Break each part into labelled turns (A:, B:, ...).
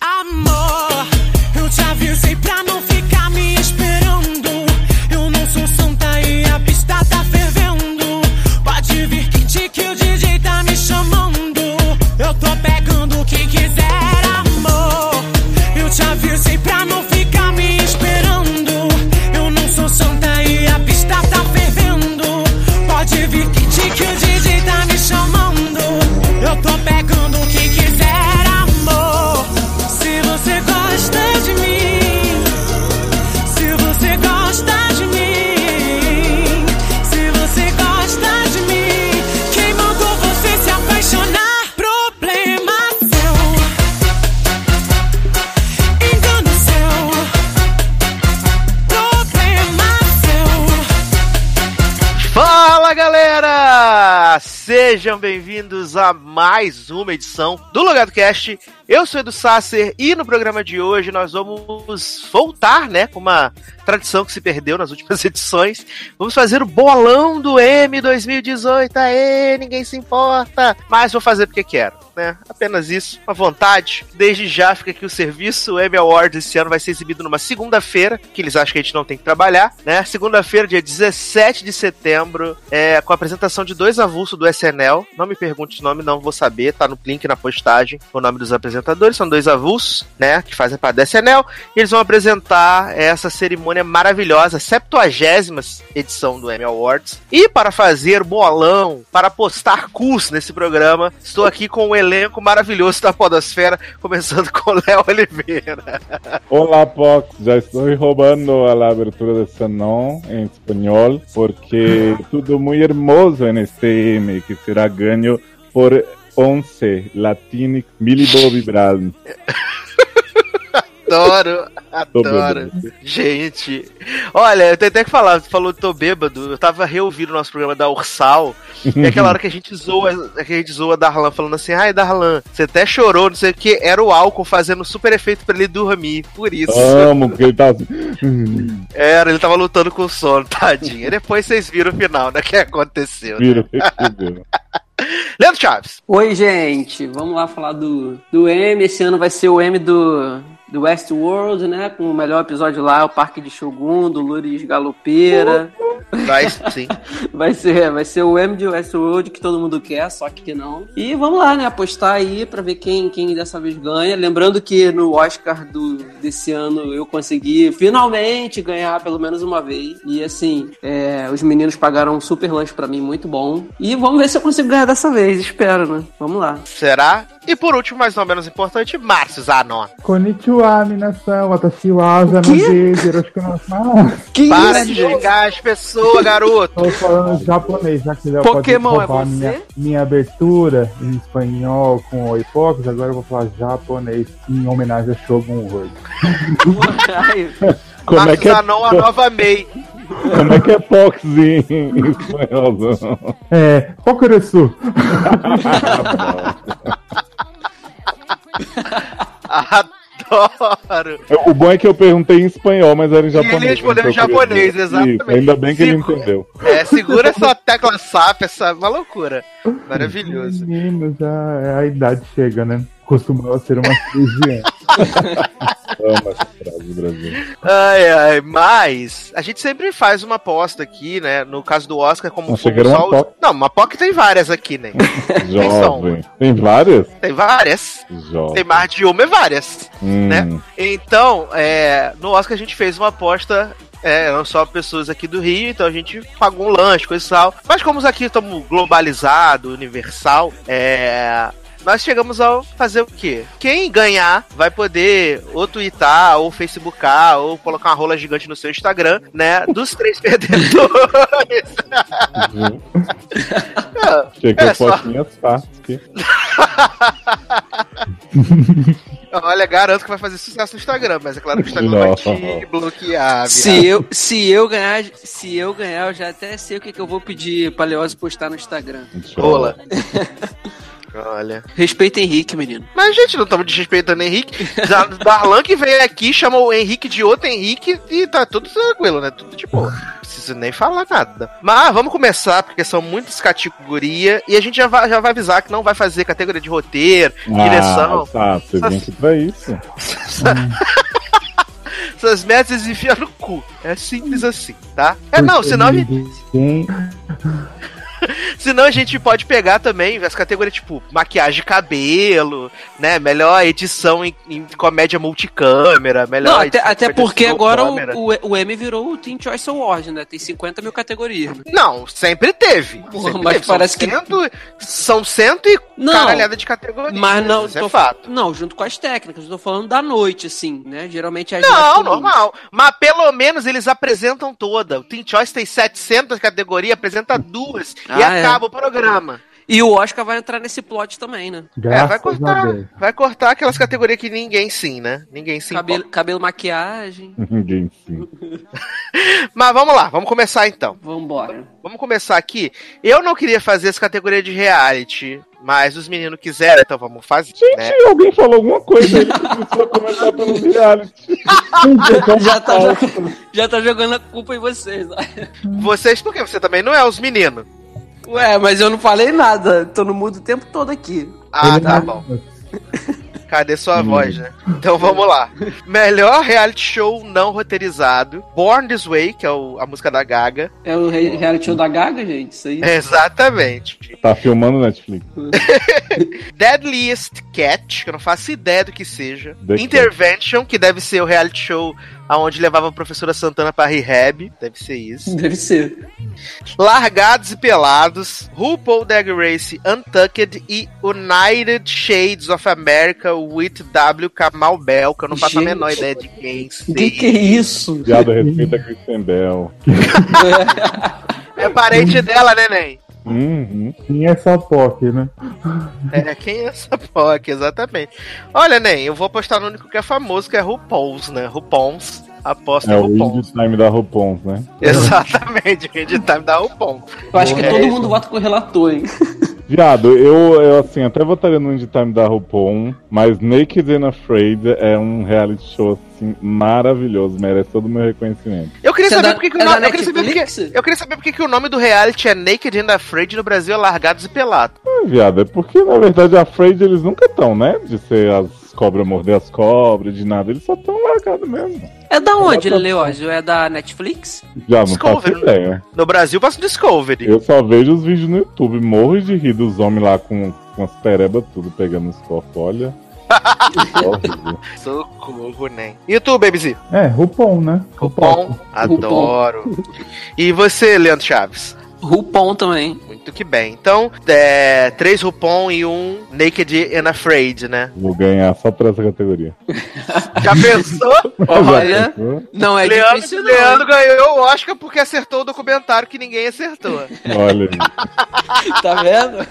A: amor. Eu te avisei pra não ficar me esperando. Eu não sou santa e a pista tá fervendo. Pode vir que te que o DJ tá me chamando. Eu tô pegando quem quiser, amor. Eu te avisei pra não ficar me esperando. Eu não sou santa e a pista tá fervendo. Pode vir que te que o DJ tá me chamando. Eu tô pegando quem quiser, amor. Se você gosta de mim, se você gosta de mim, se você gosta de mim, quem mandou você se apaixonar? Problema seu, engano seu, problema seu.
B: Fala galera! Sejam bem-vindos a mais uma edição do Lugar do Cast. Eu sou Edu Sasser e no programa de hoje nós vamos voltar, né, com uma tradição que se perdeu nas últimas edições. Vamos fazer o bolão do M 2018. Aê, ninguém se importa, mas vou fazer porque quero. Né? Apenas isso, à vontade. Desde já fica aqui o serviço. O Emmy Awards esse ano vai ser exibido numa segunda-feira, que eles acham que a gente não tem que trabalhar, né? Segunda-feira, dia 17 de setembro, é, com a apresentação de dois avulsos do SNL. Não me pergunte o nome, não vou saber. Tá no link na postagem o nome dos apresentadores. São dois avulsos, né? Que fazem parte do SNL. E eles vão apresentar essa cerimônia maravilhosa, 70 edição do Emmy Awards. E para fazer bolão, para apostar curso nesse programa, estou aqui com um elenco maravilhoso da Podosfera, começando com o Léo Oliveira.
C: Olá, Pox. Já estou roubando a abertura de Sanon em espanhol, porque tudo muito hermoso en este M, que será ganho por 11 Latinic Millie Bobby Brown.
B: Adoro,
C: Tô
B: adoro.
C: bêbado.
B: Gente, olha, eu tenho até que falar, tu falou que tô bêbado, eu tava reouvindo o nosso programa da Ursal, e é aquela hora que a gente zoa, que a gente zoa Darlan falando assim, ai Darlan, você até chorou, não sei o que, era o álcool fazendo super efeito pra ele dormir, por isso.
C: Amo que ele tá assim.
B: Era, ele tava lutando com o sono, tadinho. E depois vocês viram o final, né, que aconteceu. né?
C: Vira, vira.
B: Leandro Chaves,
D: Oi, gente. Vamos lá falar do, do M. Esse ano vai ser o M do, do Westworld, né? Com o melhor episódio lá, o Parque de Shogun, do Lourdes Galopeira.
B: mas sim.
D: Vai ser, vai ser o M de Westworld que todo mundo quer, só que não. E vamos lá, né? Apostar aí pra ver quem, quem dessa vez ganha. Lembrando que no Oscar do, desse ano eu consegui finalmente ganhar pelo menos uma vez. E assim, é, os meninos pagaram um super lanche pra mim, muito bom. E vamos ver se eu consigo ganhar dessa vez. Espero, né? Vamos lá.
B: Será? E por último, mas não menos importante, Márcio Zanon.
E: Konnichiwa, minasan, watashi wa zanade, yoroshiku namaste.
D: Que
B: Para de xingar as pessoas, garoto.
E: Tô falando japonês, já que ele
D: Pokémon
E: pode roubar
D: é você?
E: minha, minha abertura em espanhol com o Ipox, agora eu vou falar japonês em homenagem a Shogun World.
C: Como é
B: Márcio
C: que é,
B: Zanon, a nova MEI.
C: como é, que é Pox em em espanhol?
E: É, Pokeresu.
B: Adoro.
C: Eu- O bom é que eu perguntei em espanhol, mas era
B: ele
C: em japonês.
B: respondeu em
C: então eu queria
B: japonês,
C: dizer.
B: exatamente.
C: Isso, ainda bem que ele
B: Sim.
C: entendeu.
B: É, segura essa tecla SAP, essa é uma loucura. Maravilhoso.
E: Menino, já é a idade chega, né? Costumava ser uma cirurgiã.
C: Amo essa frase, Brasil.
B: Ai, ai, mas a gente sempre faz uma aposta aqui, né? No caso do Oscar, como
C: Achei que era uma
B: os- Não, uma POC tem várias aqui, né?
C: Jovem. Tem várias?
B: Tem várias.
C: Jovem.
B: Tem mais de uma e várias.
C: Hum,
B: né? Então, é, no Oscar a gente fez uma aposta. É, não só pessoas aqui do Rio, então a gente pagou um lanche, coisa e tal. Mas como aqui estamos globalizado, universal, é, nós chegamos ao fazer o quê? Quem ganhar vai poder ou twittar, ou facebookar, ou colocar uma rola gigante no seu Instagram, né? Dos três perdedores.
C: viu? Achei que
B: É
C: eu
B: só-
C: posso minhas partes aqui.
B: Olha, garanto que vai fazer sucesso no Instagram, mas é claro que o Instagram
C: Não.
B: vai te bloquear. viado.
D: Se eu, se eu ganhar, se eu ganhar, eu já até sei o que, que eu vou pedir pra Leose postar no Instagram.
B: Rola. Olha.
D: Respeita Henrique, menino.
B: Mas, gente, não estamos desrespeitando o Henrique. Da- Darlan que veio aqui, chamou o Henrique de outro Henrique e tá tudo tranquilo, né? Tudo de boa. preciso nem falar nada. Mas vamos começar, porque são muitas categorias. E a gente já vai, já vai avisar que não vai fazer categoria de roteiro, direção.
C: Tá, você vem aqui pra isso.
B: Essas metas enfiam no cu. É simples assim, tá? É, não, senão a gente.
E: Sim,
B: Senão a gente pode pegar também as categorias tipo maquiagem e cabelo, né? Melhor edição em, em comédia multicâmera, melhor.
D: Não, até,
B: edição em
D: até
B: comédia
D: porque
B: slow
D: agora o,
B: câmera.
D: o, o M virou o Teen Choice Award, né? Tem 50 mil categorias. né?
B: Não, sempre teve.
D: Porra,
B: Sempre
D: mas
B: teve.
D: parece
B: são
D: que-
B: Cento, são cento e
D: Não,
B: caralhada de categorias.
D: Mas não,
B: Isso
D: tô-
B: é fato.
D: Não, junto com as técnicas. Eu tô falando da noite, assim, né? Geralmente as mais
B: Não,
D: comuns.
B: normal. Mas pelo menos eles apresentam toda. O Teen Choice tem 700 categorias, apresenta duas e
D: Ah, é.
B: acaba o programa.
D: E o Oscar vai entrar nesse plot também, né?
E: graças
B: é, vai cortar.
E: a Deus.
B: Vai cortar aquelas categorias que ninguém sim, né? Ninguém sim.
D: Cabelo, cabelo, maquiagem.
C: Ninguém Uhum,
B: Né?
C: sim.
B: Mas vamos lá, vamos começar então.
D: Vambora.
B: Vamos começar aqui. Eu não queria fazer essa categoria de reality, mas os meninos quiseram, então vamos fazer. Né?
C: Gente, alguém falou alguma coisa aí que começou a começar pelo reality.
D: Já tá, jogando, já tá jogando a culpa em vocês. ó.
B: Vocês, por quê? Você também não é os meninos.
D: Ué, mas eu não falei nada. Tô no mudo o tempo todo aqui.
B: Ah,
E: Ele
B: tá
E: não-
B: bom. Cadê sua voz, né? Então vamos lá. Melhor reality show não roteirizado: Born This Way, que é o- a música da Gaga.
D: É o re- reality show da Gaga, gente? Isso aí.
B: Exatamente.
C: Tá filmando Netflix.
B: Deadliest Cat, que eu não faço ideia do que seja.
C: The
B: Intervention, que deve ser o reality show aonde levava a professora Santana pra rehab. Deve ser isso.
D: Deve ser.
B: Largados e Pelados, RuPaul Drag Race Untucked e United Shades of America with W. Kamal Bell, que eu não faço a
D: Gente.
B: menor ideia de quem
D: O que, que
B: seja.
D: é isso?
C: Piada respeita a Christian Bell.
B: É parente dela, né, Nen?
C: Uhum.
E: Sim, é só POC, né?
B: É, quem é essa POC, exatamente. Olha, Nen, eu vou apostar no único que é famoso, que é RuPaul's, né? RuPaul's. Aposta
C: É
B: em
C: o
B: RuPaul's.
C: Indie Time da RuPons, né?
B: Exatamente, o Indie Time da RuPaul.
D: Eu acho que
B: É
D: todo
B: isso.
D: mundo vota com o relator, hein?
C: Viado, eu, eu assim, até votaria no Indie Time da RuPon, mas Naked and Afraid é um reality show assim, maravilhoso, merece todo o meu reconhecimento.
B: Eu queria
D: Você é
B: saber
D: da-
B: porque que
D: é
B: o
D: da
B: nome. Eu queria saber
D: Netflix?
B: porque, eu queria saber porque que o nome do reality é Naked and Afraid no Brasil é Largados e Pelados.
C: Ah, viado, é porque na verdade a Afraid eles nunca estão, né? De ser as cobras morder as cobras, de nada, eles só estão largados mesmo.
D: É da onde,
C: Relator.
D: Leózio? É da Netflix?
C: Já não faço
B: Discovery.
C: ideia.
B: No Brasil passa o Discovery.
C: Eu só vejo os vídeos no YouTube, morro de rir dos homens lá com, com as perebas tudo pegando os corpos, olha. Horrível.
B: Socorro, né? E tu, Babyzinho?
E: É, Rupon, né?
B: Cupom. Adoro. E você, Leandro Chaves?
D: Rupon também.
B: Muito que bem. Então, é, três Rupon e um Naked and Afraid, né?
C: Vou ganhar só pra essa categoria.
B: Já pensou?
D: Olha, não é
B: Leandro,
D: difícil não.
B: Leandro ganhou o Oscar porque acertou o documentário que ninguém acertou.
C: Olha aí.
D: Tá vendo?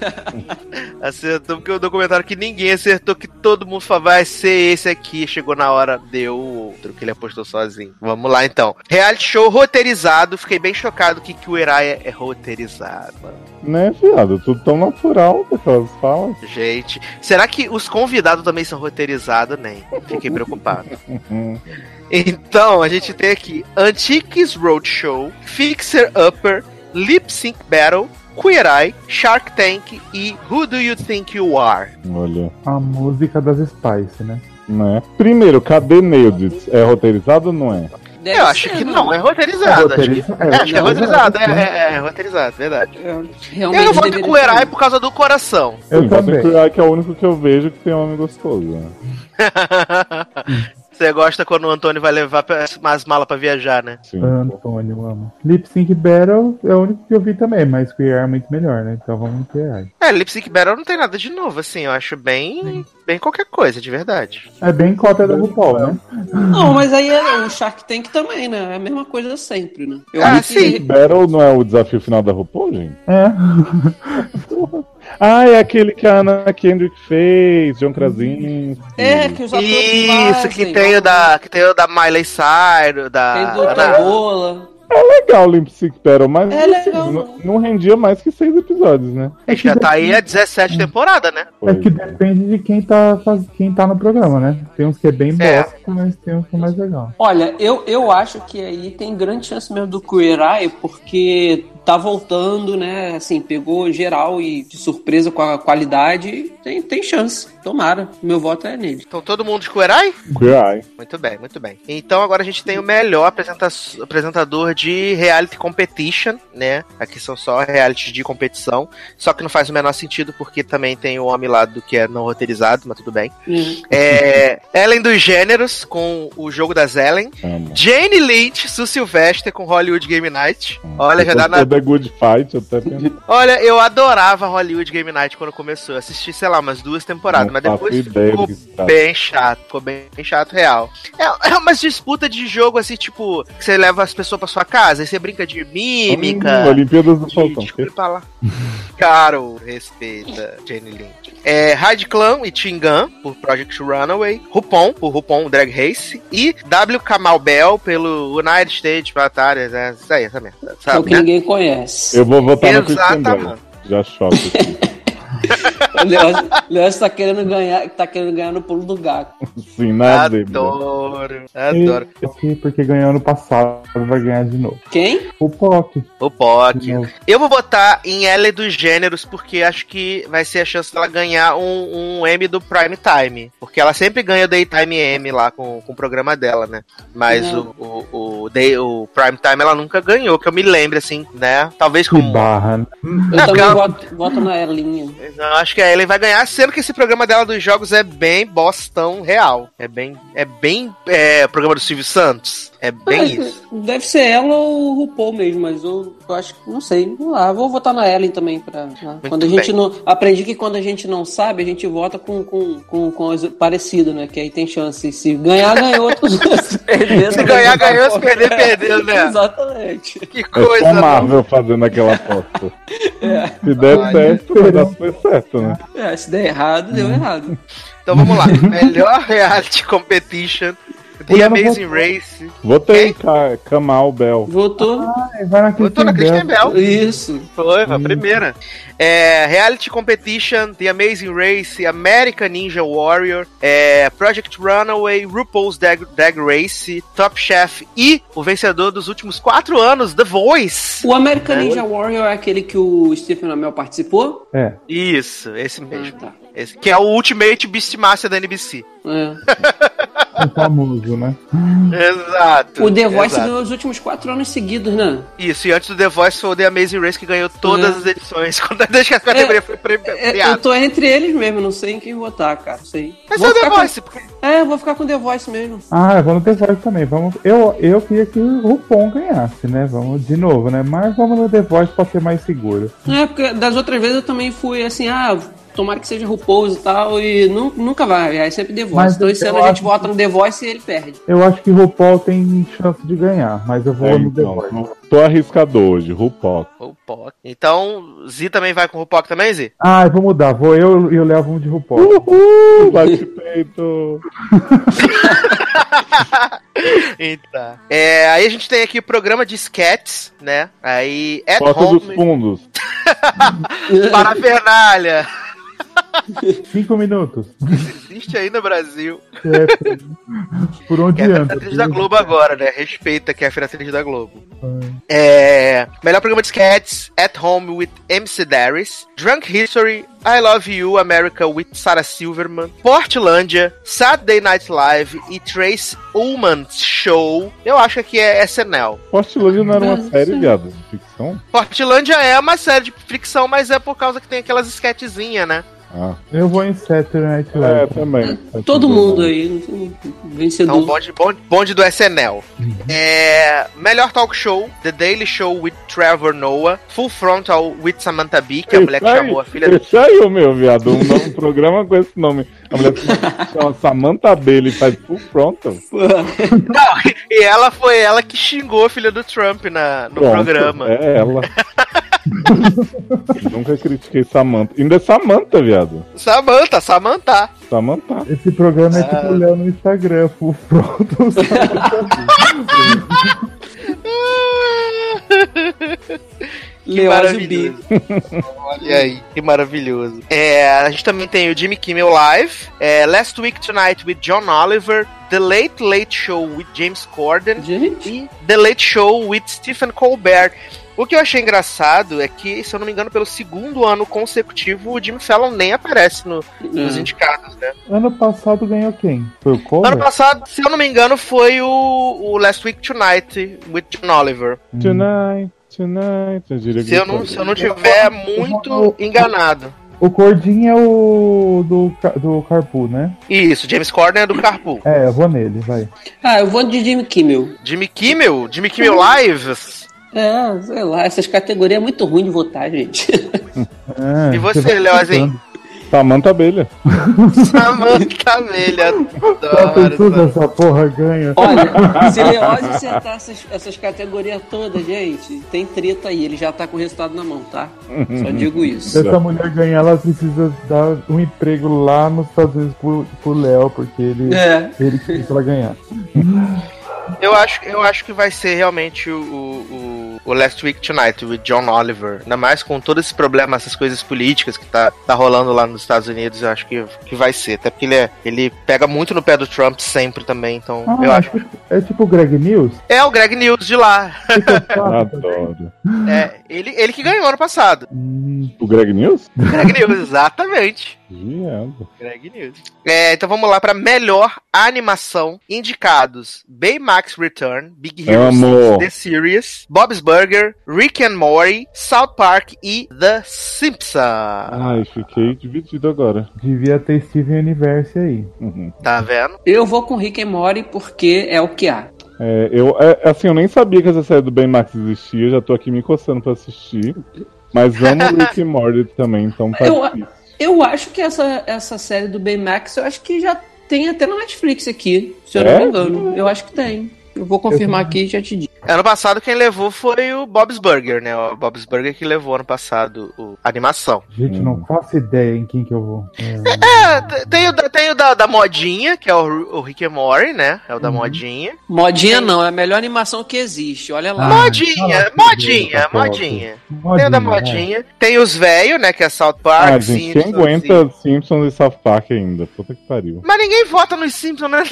B: Acertou porque o documentário que ninguém acertou, que todo mundo falou, vai ser esse aqui. Chegou na hora, deu o outro, que ele apostou sozinho. Vamos lá então. Reality show roteirizado. Fiquei bem chocado que o Eraya é roteirizado, mano.
C: Né, viado? Tudo tão natural que elas falam.
B: Gente, será que os convidados também são roteirizados, né? Fiquei preocupado.
C: Hum.
B: Então, a gente tem aqui Antiques Roadshow, Fixer Upper, Lip Sync Battle, Queer Eye, Shark Tank e Who Do You Think You Are?
C: Olha.
E: A música das Spice, né?
C: Né? Primeiro, cadê Neuditz? É roteirizado ou não é?
D: Deve
B: Eu acho
D: ser,
B: que
D: né?
B: não, é roteirizado. acho que-
E: roteiriza-
B: É, acho que é
E: não,
B: roteirizado, é, é, é roteirizado, verdade.
D: É,
B: Eu
D: Realmente
B: não voto em
D: deveria
B: Queer
D: ter.
B: Eye por causa do coração.
E: Eu
C: Sim,
E: também.
C: Curai, que é o único que eu vejo que tem homem gostoso. né?
B: Você gosta quando o Antônio vai levar pra- umas malas pra viajar, né?
C: Sim.
E: Ah. Antônio, amo. Lip Sync Battle é o único que eu vi também, mas Queer é muito melhor, né? Então vamos no Queer.
B: É, Lip Sync Battle não tem nada de novo, assim, eu acho bem, bem qualquer coisa, de verdade.
E: É bem cota da RuPaul, né?
D: Não, mas aí é o Shark Tank também, né? É a mesma coisa sempre, né? Eu
B: Ah,
D: acho que-
B: sim.
C: Battle não é o desafio final da RuPaul, gente?
E: É.
C: Ah, é aquele que a Ana Kendrick fez, John Krasinski.
D: É, que os atores
B: Isso,
D: fazem.
B: que tem o da, que tem o da Miley Cyrus,
D: Tem
B: da
D: do
B: Ana,
D: Tarola.
C: É legal o Limp Six Battle, mas
D: É legal,
C: não, não rendia mais que seis episódios, né?
E: É que,
B: Já tá aí a 17 temporada, né?
E: é que
C: Pois
E: depende de quem tá, faz- quem tá no programa, né? Tem uns que é bem
B: É.
E: bosta, mas tem uns que é mais legal.
D: Olha, eu, eu acho que aí tem grande chance mesmo do Queer Eye, porque tá voltando, né? Assim, pegou geral e de surpresa com a qualidade. Tem, tem chance, tomara. Meu voto é nele.
B: Então todo mundo de Kuerai?
C: Queer Eye.
B: Muito bem, muito bem. Então agora a gente tem o melhor apresenta- apresentador de reality competition, né? Aqui são só reality de competição. Só que não faz o menor sentido, porque também tem o homem lá do que é não roteirizado, mas tudo bem. É, Ellen dos Gêneros, com o jogo das Ellen.
C: Amo.
B: Jane Lynch, Su Sylvester, com Hollywood Game Night. Olha, já dá na
C: Depois da Good Fight, eu até pensei.
B: Olha, eu adorava Hollywood Game Night quando começou. Eu assisti, sei lá, umas duas temporadas,
C: Não
B: mas
C: faço
B: depois
C: ideia
B: ficou
C: do que se trata.
B: bem chato, ficou bem, bem chato real. É, é umas disputas de jogo assim, tipo, que você leva as pessoas pra sua casa, aí você brinca de mímica.
C: Hum, Olimpíadas do
B: de-
C: Falcão.
B: de comer pra lá. Caro, respeita Jenny Lynch. É, Hyde Clan e Tingan por Project Runaway. Rupon por Rupon Drag Race. E W. Kamal Bell pelo United States Batalhas. É, isso aí, essa merda.
D: É o
B: Sabe,
D: que
B: né?
D: ninguém conhece.
C: Eu vou votar no Christian Bale.
B: Exatamente.
C: Já choca. aqui.
D: O Leócio- o Leócio tá querendo ganhar, tá querendo ganhar no pulo do gato.
C: Sim, na zebra.
B: Adoro, adoro.
E: E- Porque, porque ganhou ano passado, vai ganhar de novo.
D: Quem?
E: O né? Pock.
B: O POC.
E: de novo.
B: Eu vou botar em L dos gêneros, porque acho que vai ser a chance dela ganhar um, um M do Prime Time. Porque ela sempre ganha o Daytime M lá com, com o programa dela, né? Mas o,
D: Não.
B: o, o, day, o Prime Time ela nunca ganhou, que eu me lembre, assim, né? Talvez
E: Que
B: com.
E: barra, né?
D: Eu
B: Ah,
D: também
B: calma.
D: voto, voto na Erlinha.
B: Eu acho que a Ellen vai ganhar, sendo que esse programa dela dos jogos é bem bostão real. É bem. É bem. É programa do Silvio Santos. É
D: Uhum.
B: bem isso.
D: Deve ser ela ou o RuPaul mesmo, mas eu, eu acho que não sei. Vamos lá, vou votar na Ellen também. Pra, né? quando a gente
B: bem.
D: não. Aprendi que quando a gente não sabe, a gente vota com, com, com, com as- parecido, né? Que aí tem chance. Se ganhar, ganhou. se perder,
B: Se
D: não
B: ganhar,
D: vai votar
B: ganhou, se
D: contra.
B: perder, perdeu, né?
D: Exatamente.
B: Que
C: É só
B: coisa,
C: a
B: mano.
C: Marvel fazendo aquela aposta.
E: É.
C: Se der
B: Olha.
C: certo, vai dar super certo, né?
D: É, se der errado, deu errado.
B: Então vamos lá. Melhor reality competition.
C: um
B: The
E: Mulher não
B: Amazing
E: votou.
B: Race.
C: Votei, Ka Kamal Bell.
D: Votou.
E: Ai, Vai na
B: Eu tô na Christian
E: Christian Bell.
B: Bell.
D: Isso.
B: Foi, foi a primeira. É, reality Competition, The Amazing Race, American Ninja Warrior, é, Project Runaway, RuPaul's Drag, Drag Race, Top Chef e o vencedor dos últimos quatro anos, The Voice.
D: O American Ninja Warrior é aquele que o Stephen Amell participou?
E: É.
B: Isso, esse mesmo.
D: Ah, tá.
B: Esse, que é o Ultimate Beastmaster da NBC.
D: É.
E: O famoso, né?
B: Exato.
D: O The Voice
B: exato.
D: ganhou os últimos quatro anos seguidos, né?
B: Isso, e antes do The Voice foi o The Amazing Race que ganhou todas
D: É.
B: as edições. Quando- Desde que a categoria foi pre-
D: É,
B: premiada.
D: eu tô entre eles mesmo, não sei em quem votar, cara. Sei.
B: Mas
D: Vou
B: é o The
D: ficar com-
B: Voice. porque-
D: É, vou ficar com The Voice mesmo.
E: Ah, vamos ter voz também. Vamos... Eu, eu queria que o Rupon ganhasse, né? Vamos de novo, né? Mas vamos no The Voice pra ser mais seguro.
D: É, porque das outras vezes eu também fui assim, ah, tomara que seja RuPaul's e tal, e nu- nunca vai, aí sempre The Voice.
E: Mas
D: então esse
E: eu
D: ano a gente
E: acho-
D: vota no The Voice e ele perde.
E: Eu acho que o RuPaul tem chance de ganhar, mas eu vou
C: É,
E: no The
C: então,
E: Voice.
C: tô arriscador hoje, RuPaul.
B: O Poc. Então, Z também vai com o Poc também, Z?
E: Ah, eu vou mudar. Vou eu e o Léo vamos de RuPaul.
C: Uhul, bate peito.
B: Eita. É, aí a gente tem aqui o programa de sketches, né? Aí, at
C: Foto dos
B: home,
C: fundos.
B: parafernália.
E: Cinco minutos.
B: Existe aí no Brasil.
E: É, por onde
B: Que é a
E: anda?
B: atriz da Globo agora, né? Respeita que é a atriz da Globo. É, melhor programa de sketches, At Home with MC Darius, Drunk History, I Love You America with Sarah Silverman, Portlandia, Saturday Night Live e Trace Ullman's Show. Eu acho que é SNL.
C: Postilândia não era uma
D: Não
C: série,
D: sei.
C: viado, de ficção?
B: Portlandia é uma série de ficção, mas é por causa que tem aquelas sketchzinhas, né?
C: Ah,
E: Eu vou em Saturday Night
C: é,
E: Live.
C: também.
D: Todo mundo aí, não tem vencedor.
B: Então, bonde, bonde, bonde do SNL.
C: Uhum.
B: É, melhor talk show, The Daily Show with Trevor Noah, Full Frontal with Samantha Bee, que é a mulher que chamou a filha do...
C: Esse aí é o meu, viado. Um, novo programa com esse nome. A mulher que chama Samantha Bailey faz full frontal.
B: Não, e ela foi ela que xingou a filha do Trump na, no
C: Pronto,
B: programa.
C: É ela. Nunca critiquei Samantha. Ainda é Samantha, viado.
B: Samantha, Samantha.
C: Samantha.
E: Esse programa é
B: ah.
E: tipo o Léo no Instagram. Pronto.
B: Ah,
D: Leoz e Bi.
B: Olha aí, que maravilhoso. É, a gente também tem o Jimmy Kimmel Live, é, Last Week Tonight with John Oliver, The Late Late Show with James Corden
D: Gente,
B: e The Late Show with Stephen Colbert. O que eu achei engraçado é que, se eu não me engano, pelo segundo ano consecutivo, o Jimmy Fallon nem aparece no- nos
D: é.
B: indicados, né?
E: Ano passado ganhou quem? Foi o
B: No ano
E: Cobra?
B: passado, se eu não me engano, foi o, o Last Week Tonight with John Oliver.
C: Hum. Tonight, tonight. Eu diria
B: Se eu
C: que
B: não, se eu não tiver muito enganado.
E: O Cordinho é o do, Ca- do Carpool, né?
B: Isso, James Corden é do Carpool.
E: É, eu vou nele, vai.
D: Ah, eu vou de Jimmy Kimmel.
B: Jimmy Kimmel, Jimmy Kimmel Lives.
D: É, sei lá, essas categorias é muito ruim de votar, gente.
E: É,
B: E você,
E: vai
B: Leozinho?
E: pensando.
C: Samanta Abelha.
B: Samantha Abelha.
E: Tá
B: Adoro,
E: pensando
B: adoro.
E: essa porra ganha?
D: Olha, se Leoz acertar essas, essas categorias todas, gente, tem treta aí. Ele já tá com o resultado na mão, tá? Só digo
E: Se
D: isso.
C: Exato.
E: essa mulher ganhar, ela precisa dar um emprego lá nos Estados Unidos pro, pro Léo, porque ele,
D: É.
E: ele quis pra ganhar.
B: Eu acho, eu acho que vai ser realmente o, o, o Last Week Tonight, with John Oliver. Ainda mais com todo esse problema, essas coisas políticas que tá, tá rolando lá nos Estados Unidos, eu acho que, que vai ser. Até porque ele, é- ele pega muito no pé do Trump sempre também, então
E: Ah,
B: eu acho.
E: É tipo o Greg News?
B: É o Greg News de lá.
C: Adoro.
E: Ah.
B: É, ele, ele que ganhou ano passado.
E: Hum,
C: O Greg News?
B: Greg News, exatamente.
C: Viado.
B: Greg News. É, então vamos lá pra melhor animação indicados: Baymax Return, Big Hero 6,
C: Amo.
B: The Series, Bob's Burger, Rick and Morty, South Park e The Simpsons.
C: Ai, fiquei dividido agora.
E: devia ter Steven Universe aí.
C: Uhum.
B: Tá vendo?
D: Eu vou com Rick and Morty porque é o que há.
C: É, eu, é, assim, eu nem sabia que essa série do Ben Max existia, já tô aqui me coçando pra assistir. Mas amo Rick e Morty também, então tá
D: Eu-
C: difícil.
D: Eu acho que essa, essa série do Baymax, eu acho que já tem até na Netflix aqui, se eu
C: É?
D: não me engano. Eu acho que tem. Eu vou confirmar aqui e já te digo.
B: Ano passado quem levou foi o Bob's Burger, né? O Bob's Burger que levou ano passado o- a animação.
E: Gente, não faço ideia em quem que eu vou. É,
B: É, t- tem o, da- tem o da, da modinha, que é o, o Rick and Morty, né? É o da modinha.
D: Modinha não, é a melhor animação que existe, olha lá.
E: Ah,
B: modinha,
E: fala,
B: modinha,
E: Deus,
B: modinha. Tem o
E: modinha,
B: da
E: né?
B: modinha. Tem os velhos, né? Que é South Park,
C: é. Ah, gente, quem
B: Simpsons, assim.
C: aguenta Simpsons e South Park ainda? Puta que pariu.
B: Mas ninguém vota nos Simpsons, né?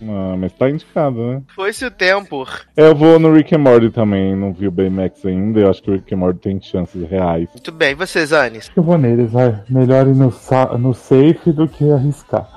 C: Ah, mas tá indicado, né?
B: Foi-se o tempo.
C: É, Eu vou no Rick and Morty também, não vi o Baymax ainda. Eu acho que o Rick and Morty tem chances reais.
B: Muito bem, e vocês, Anis?
E: Acho que eu vou neles, vai. Melhor ir no, sa- no safe do que arriscar.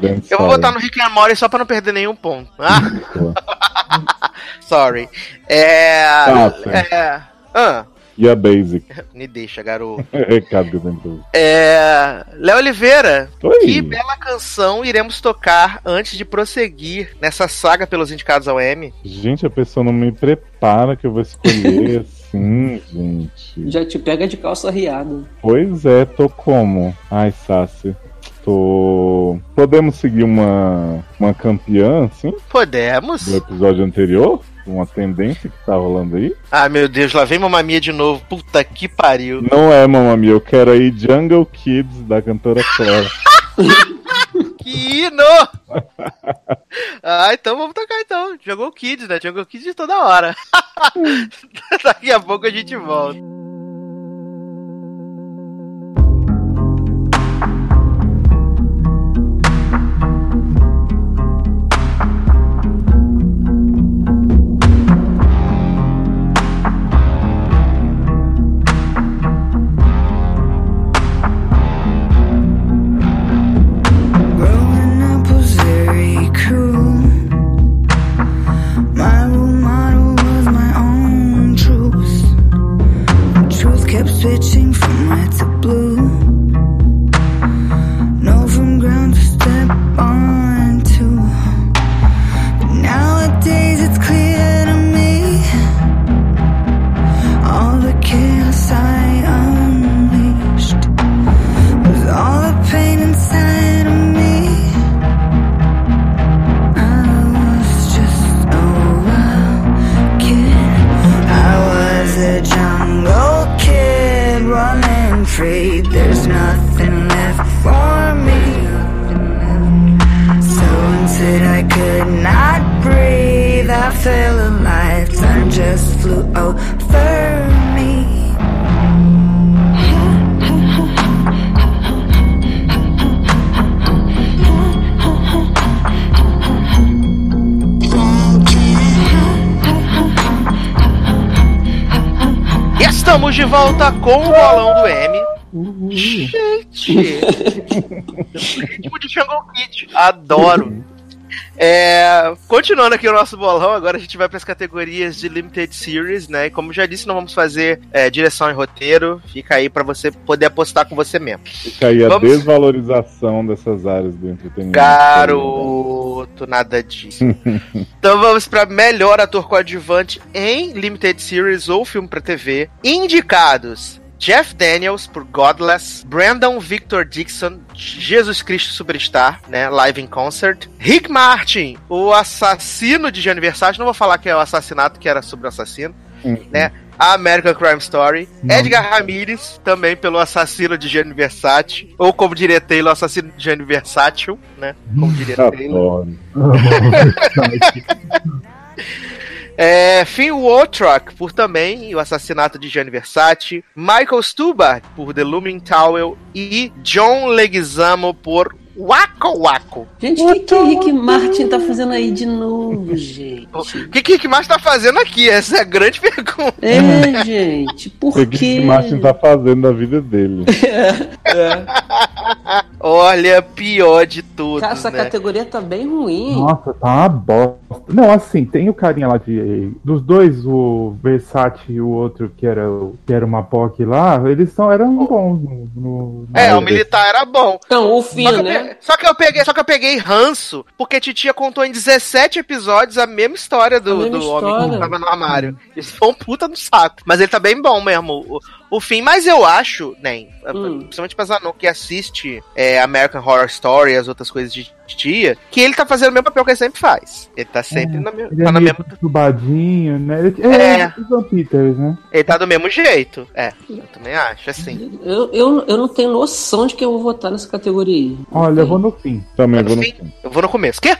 C: Dan
B: Eu vou
C: Sawyer.
B: votar no Rick and Morty só pra não perder nenhum ponto. Ah! Sorry. É...
C: Fácil.
B: é... Ah,
C: E a Basic. é,
B: me deixa, garoto.
C: Recado que eu tenho pra você.
B: É... Léo Oliveira,
C: Oi.
B: que bela canção iremos tocar antes de prosseguir nessa saga pelos indicados ao M?
C: Gente, a pessoa não me prepara que eu vou escolher assim, gente.
D: Já te pega de calça riada.
C: Pois é, tô como? Ai, Sassi. Tô. Podemos seguir uma, uma campeã, assim,
B: Podemos?
C: do episódio anterior? Uma tendência que tá rolando aí?
B: Ah, meu Deus, lá vem Mamamia de novo. Puta que pariu.
C: Não é, mamãe, eu quero aí Jungle Kids da cantora Clara.
B: Que hino! ah, então vamos tocar então. Jungle Kids, né? Jungle Kids de toda hora. Daqui a pouco a gente volta.
F: Growing up was very cruel. My role model was my own truth. over me.
B: E estamos de volta com o bolão do M. Gente! tipo de Jungle Kid. Adoro. É, continuando aqui o nosso bolão, agora a gente vai para as categorias de Limited Series, né? E como já disse, não vamos fazer é, direção e roteiro. Fica aí para você poder apostar com você mesmo.
C: Fica aí a
B: Vamos-
C: desvalorização dessas áreas do entretenimento.
B: Garoto, nada disso. então vamos pra melhor ator coadjuvante em limited series ou filme pra TV. Indicados: Jeff Daniels por Godless, Brandon Victor Dixon, Jesus Cristo Superstar, né, live in concert. Rick Martin, o assassino de Gianni Versace, não vou falar que é o assassinato que era sobre o assassino.
C: Uhum.
B: Né? A American Crime Story.
E: Não.
B: Edgar Ramirez, também pelo assassino de Gianni Versace. Ou como diria Taylor, assassino de Gianni Versátil, né? Como diria
C: tá
B: Taylor.
C: Adoro.
B: É, Finn Waltrock, por também o assassinato de Gianni Versace. Michael Stuhlbarg, por The Looming Towel. E John Leguizamo, por Waco Waco.
D: Gente, o que, que Rick Martin tá fazendo aí de novo, gente?
B: O que, que, que mais tá fazendo aqui? Essa é a grande pergunta.
D: É, gente, por
C: O que
D: quê?
C: que o Martin tá fazendo da vida dele?
B: É. Olha, pior de tudo,
D: Cara, essa
B: né?
D: categoria tá bem ruim.
E: Nossa, tá uma bosta. Não, assim, tem o carinha lá de. Dos dois, o Versace e o outro que era, o- que era uma POC lá, eles são, eram bons no. no-
B: É,
E: no-
B: o militar era bom.
D: Então, o
B: Só que,
D: fino,
B: eu pe-
D: né?
B: só que eu peguei, só que eu peguei ranço, porque titia contou em 17 episódios a mesma história do,
D: A mesma
B: do homem que
D: história.
B: tava no armário. Isso foi um puta no saco. Mas ele tá bem bom mesmo. O, o fim, mas eu acho, nem,
D: Hum.
B: principalmente pra Zanon que assiste é, American Horror Story e as outras coisas de titia, que ele tá fazendo o mesmo papel que ele sempre faz. Ele tá sempre na, me-
E: Ele
B: tá
E: é
B: na
E: meio
B: mesma.
E: tubadinho, né? Ele,
B: É.
E: é, é. Ivan Peters, né?
B: Ele tá do mesmo jeito. É, eu também acho, assim.
D: Eu, eu, eu não tenho noção de quem eu vou votar nessa categoria aí. Não
E: Olha, eu
D: tenho.
E: vou no fim.
C: Também
B: Eu
C: vou
B: não
C: no,
B: sei. Eu vou no começo. Quê?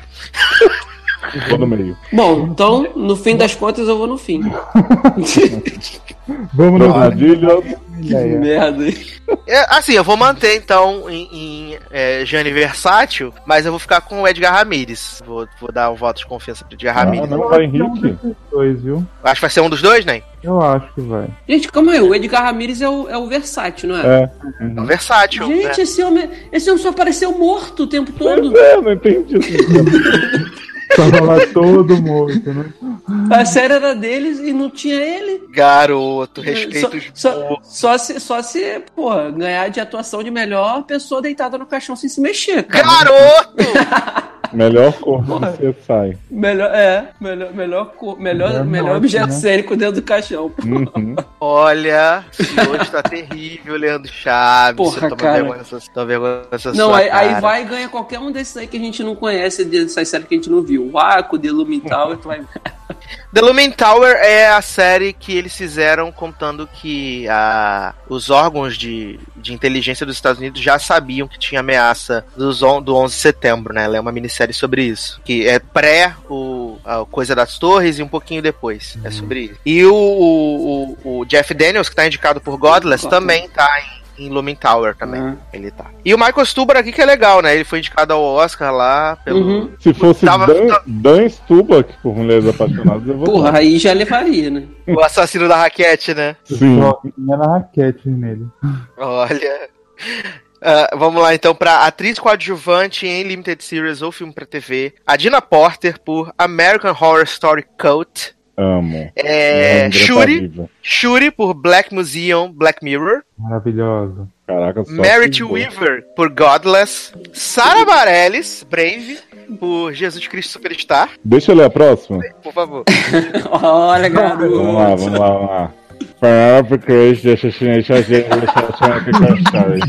C: vou no meio.
D: Bom, então, no fim das contas, eu vou no fim.
E: Vamos no fim.
C: Trocadilho.
D: que merda.
B: É, assim, eu vou manter então em, em é, Gianni Versátil, mas eu vou ficar com o Edgar Ramírez. Vou, vou dar um voto de confiança pro Edgar
C: Ah,
B: Ramírez.
C: não vai
E: É um
C: Henrique.
E: desses dois, viu?
B: Acho que vai ser um dos dois, né?
E: Eu acho que vai.
D: Gente, calma aí. O Edgar Ramirez é o, é o versátil, não é?
C: É.
B: É um Versátil. né?
D: Gente, esse homem, esse homem só apareceu morto o tempo todo.
C: É, eu não entendi. isso.
E: Tava lá todo morto, né?
D: A série era deles e não tinha ele.
B: Garoto, respeito. os
D: Só, só,
B: povos.
D: só se, só se porra, ganhar de atuação de melhor pessoa deitada no caixão sem se mexer, cara.
B: Garoto!
C: Melhor cor que você sai.
D: Melhor, é, melhor, melhor, co- melhor,
E: Melhor
D: melhor,
E: morte,
D: objeto
E: né?
D: cênico dentro do caixão.
C: Uhum.
B: Olha, se hoje tá terrível, Leandro Chaves.
D: Porra,
B: eu tô
D: cara.
B: vergonha nessa, tô vergonha nessa
D: Não,
B: sua
D: aí, aí
B: cara.
D: vai e ganha qualquer um desses aí que a gente não conhece, dessas séries que a gente não viu. O Arco, The Lumental, tu vai.
B: The Lumen Tower é a série que eles fizeram contando que a- os órgãos de, de inteligência dos Estados Unidos já sabiam que tinha ameaça dos on- do 11 de setembro, né? Ela é uma minissérie sobre isso, que é pré o, a coisa das torres e um pouquinho depois. É sobre isso. E o, o- o- o Jeff Daniels, que tá indicado por Godless,
D: Godless.
B: também tá em, em Lumen Tower também. Ele tá. E o Michael Stuber aqui que é legal, né? Ele foi indicado ao Oscar lá pelo...
D: Uhum.
C: Se fosse
B: Tava-
C: Dan,
B: tava-
C: Dan Stubach por Mulheres Apaixonadas, eu vou.
D: Porra, aí já levaria, né?
B: O assassino da raquete, né?
C: Sim.
E: Tinha é na raquete nele.
B: Olha. Ah, vamos lá então pra atriz coadjuvante em Limited Series ou filme pra TV. A Dina Porter por American Horror Story Cult.
C: Amo.
B: É,
C: Leandra tá
B: Shuri,
C: viva.
B: Shuri por Black Museum, Black Mirror.
E: Maravilhosa.
C: Caraca, só.
B: Merit
C: figura.
B: Weaver por Godless. Sara Bareilles, Brave, por Jesus Cristo Superstar.
C: Deixa eu ler a próxima.
B: Por favor.
D: Olha,
C: Vamos lá,
D: garoto.
C: vamos lá, vamos lá. Forever Crash, The Assassination of the Assassination Story.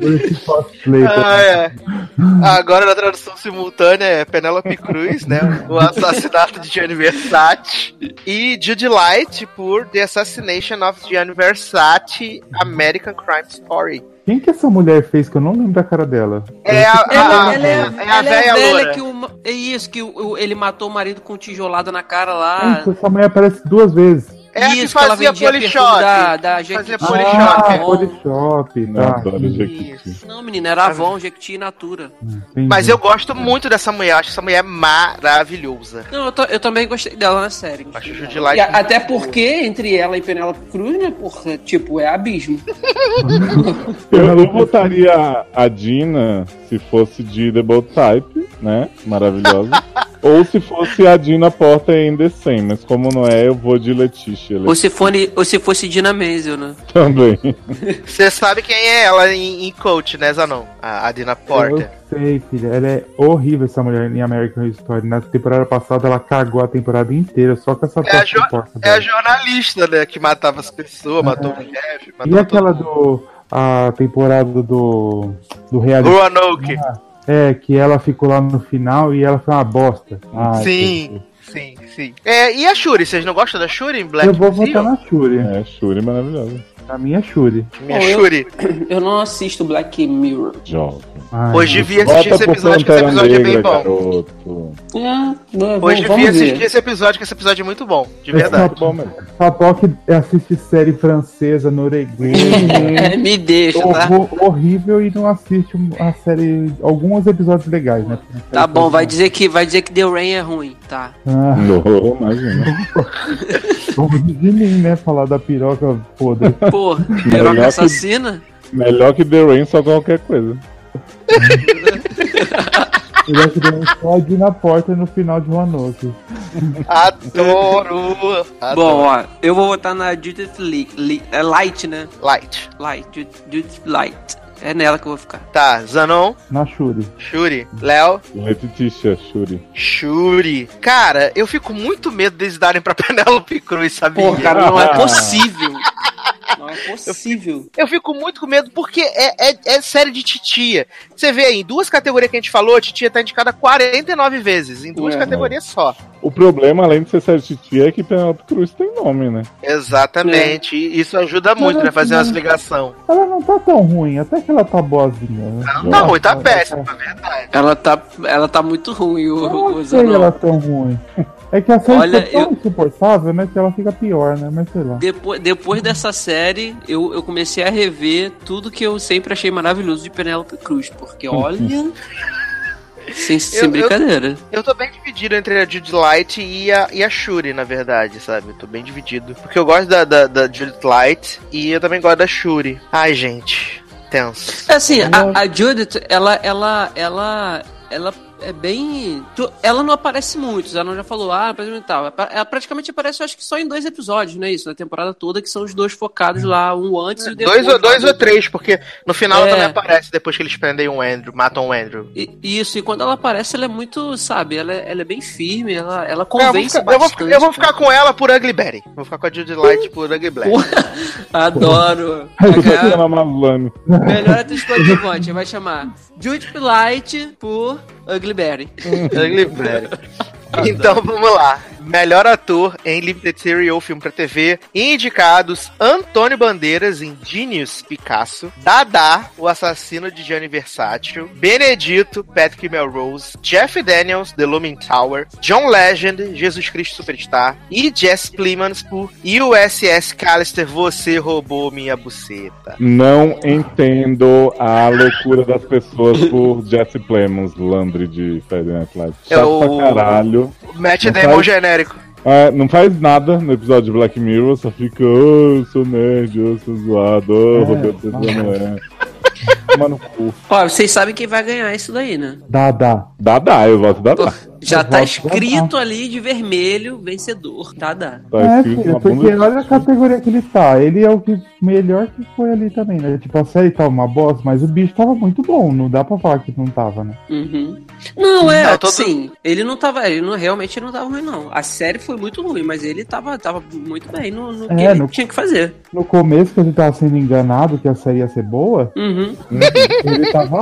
E: Esse cosplay.
B: Ah, é. Agora na tradução simultânea é Penélope Cruz, né? O assassinato de Gianni Versace. E Judy Light por The Assassination of Gianni Versace, American Crime Story.
E: Quem que essa mulher fez que eu não lembro da cara dela?
B: É a,
D: Ela,
B: a,
D: ela é,
B: é a
D: ela é
B: velha
D: velha
B: loura.
D: que o, ma- é isso, que o- o- ele matou o marido com tijolada na cara
E: Ah,
D: lá.
E: então Essa mulher aparece duas vezes.
B: É a que
D: ela
B: fazia
D: vendia perfume
B: Polishop.
D: Da, da Jequiti.
B: Polishop.
E: Ah,
B: Polishop.
E: Polishop,
C: Eu
E: tá.
C: adoro Jequiti.
D: Isso. Não, menina, era Avon, Jequiti e Natura.
E: entendi.
B: Mas eu gosto muito dessa mulher, eu acho essa mulher maravilhosa.
D: Não, eu, to- eu também gostei dela na série.
B: Acho o Jude Light
D: E a- até porque entre ela e Penélope Cruz, né, porra, tipo, é abismo.
C: Eu, eu votaria a Dina se fosse de Double Type, né? Maravilhosa. Ou se fosse a Dina Porta em The Same, mas como não é, eu vou de Letícia
D: Ou se, fone, ou se fosse Dina Menzel, né?
C: também.
B: Você sabe quem é ela em, em Coach, né, Zanon? A, a Dina Porter.
E: Eu sei, filha. Ela é horrível essa mulher em American Story. Na temporada passada ela cagou a temporada inteira só com essa
B: É a,
E: porta-
B: jo-
E: porta
B: é a
E: dela. É.
B: jornalista, né, que matava as pessoas, matou o chefe, matou
E: E aquela
B: todo
E: do. A temporada do. Do
B: mundo.
E: reality.
B: Roanoke.
E: É, que ela ficou lá no final e ela foi uma bosta. Ah,
B: sim, sim, sim. É, e a Shuri? Vocês não gostam da Shuri em Black
E: Eu vou
B: Mirror?
E: votar na Shuri.
C: É, Shuri maravilhosa.
E: Na minha Shuri.
B: Minha
D: Bom, eu-
B: Shuri.
D: Eu não assisto Black Mirror.
C: Jovem.
E: Ai,
B: Hoje devia assistir
C: Bota
B: esse
C: pro
B: episódio, que esse
C: Pantera
B: episódio é
C: Negra,
B: bem bom.
C: garoto.
D: É, vamos,
B: Hoje
D: vamos
B: devia
D: ver.
B: assistir esse episódio, que esse episódio é muito bom, de
E: Eu
B: verdade.
E: só-
C: Tá Bom mesmo.
E: Papoque assiste série francesa, norueguesa.
D: É, me deixa, tá?
E: horror- horrível e não assiste a série. Alguns episódios legais, né?
D: Tá bom, vai dizer que vai dizer que The Rain é ruim, tá?
E: Ah,
C: Não, imagina.
E: vamos rir de mim, né? Falar da piroca podre.
D: Pô, Herói
C: Melhor
D: Assassina?
C: Melhor que The Rain, só qualquer coisa.
E: Ele é que deu um sódio na porta no final de Roanoke. é
B: Adoro! Adoro.
D: Bom, ó, eu vou votar na Judith Lee, Lee- é Light, né?
B: Light.
D: Light, Judith, Judith Light. É nela que eu vou ficar.
B: Tá, Zanon,
E: Na Shuri.
B: Shuri, Léo,
C: Letícia, Shuri.
B: Shuri. Cara, eu fico muito medo deles darem pra Penélope Cruz, sabia?
D: Pô, cara, não é possível. Não é possível.
B: Eu fico muito com medo porque é, é, é série de titia. Você vê aí, em duas categorias que a gente falou, a titia tá indicada 49 vezes, em duas
D: É.
B: categorias só.
C: O problema, além de ser série Titi, é que Penelope Cruz tem nome, né?
B: Exatamente. E Isso ajuda muito, né? Fazer umas ligações.
E: Ela não tá tão ruim, até que ela tá boazinha. né?
B: Ela não tá ruim, tá
E: Ela-
B: péssima, na verdade.
D: Ela tá, ela tá muito ruim, o,
E: Eu
D: o
B: assim,
E: não sei
D: Zanon.
B: tá-
E: ela tão ruim. É que a série
D: Olha,
E: ficou tão insuportável, né? Que ela fica pior, né? Mas sei lá.
D: Depois, depois dessa série, eu, eu comecei a rever tudo que eu sempre achei maravilhoso de Penélope Cruz, porque olha. sem sem
B: Uhum. Eu- eu-
D: brincadeira.
B: Eu tô bem dividido entre a Judy Light e a, e a Shuri, na verdade, sabe? Eu tô bem dividido. Porque eu gosto da, da, da Judy Light e eu também gosto da Shuri. Ai, gente. Tenso.
D: É assim, a, a Judith, ela, ela, ela, ela é bem. tu- Ela não aparece muito, ela já falou, ah, aparece muito e tal. Ela praticamente aparece, eu acho que só em dois episódios, não é isso? Na temporada toda, que são os dois focados lá, um antes e o depois.
B: Hum. Dois, ou, dois
D: lá
B: ou
D: do-
B: três, porque no final
D: É.
B: também aparece depois que eles prendem o Andrew, matam o Andrew.
D: E- Isso, e quando ela aparece, ela é muito, sabe, ela, é- ela é bem firme, ela, ela
B: É, eu vou
D: convence
B: ficar- eu, vou,
D: bastante. né?
B: ficar- eu vou ficar com ela por Ugly Betty. Vou ficar com a Judy Light por Ugly Betty.
D: Adoro.
C: Eu
E: É.
D: Vai
C: só
D: ganhar
C: tinha na Maslane.
D: Melhor atriz coadjuvante, vai chamar Jude Light por Ugly Berry.
B: Ugly Betty.
C: Ah, tá.
B: Então vamos lá. Melhor ator em Limited Series ou filme pra TV. Indicados: Antônio Bandeiras em Genius Picasso, Dada, o assassino de Gianni Versátil, Benedito, Patrick Melrose, Jeff Daniels, The Looming Tower, John Legend, Jesus Cristo Superstar e Jess Plemons por USS Callister, Você Roubou Minha Buceta.
C: Não entendo a loucura das pessoas por Jesse Plemons, Landry de Friday Night Live.
B: É
C: Chato
B: o-
C: pra caralho.
B: Matt
C: Não
B: Damon
C: faz-
B: genérico.
C: É, não faz nada no episódio de Black Mirror, só fica, oh, eu sou nerd, eu sou zoado, oh,
E: É,
C: roubei vocês da
E: nossa.
C: mulher. Toma no cu.
D: Ó, vocês sabem quem vai ganhar isso daí, né?
E: Dada.
C: Dadá, eu voto Dadá.
D: Já
E: Eu
D: tá
E: voto
D: escrito ali de vermelho, vencedor. Tá, dá.
C: Tá
E: É,
C: escrito
E: filho,
C: na bunda.
E: porque olha a categoria que ele tá. Ele é o que melhor que foi ali também, né? Tipo, a série tá uma bosta, mas o bicho tava muito bom. Não dá pra falar que não tava, né?
D: Uhum. Não, é,
B: Não, todo-
D: sim. Ele não tava. Ele não, realmente ele não tava ruim, não. A série foi muito ruim, mas ele tava, tava muito bem no, no que
E: É,
D: ele
E: no-
D: tinha que fazer.
E: No começo, que ele tava sendo enganado que a série ia ser boa,
D: Uhum.
E: ele tava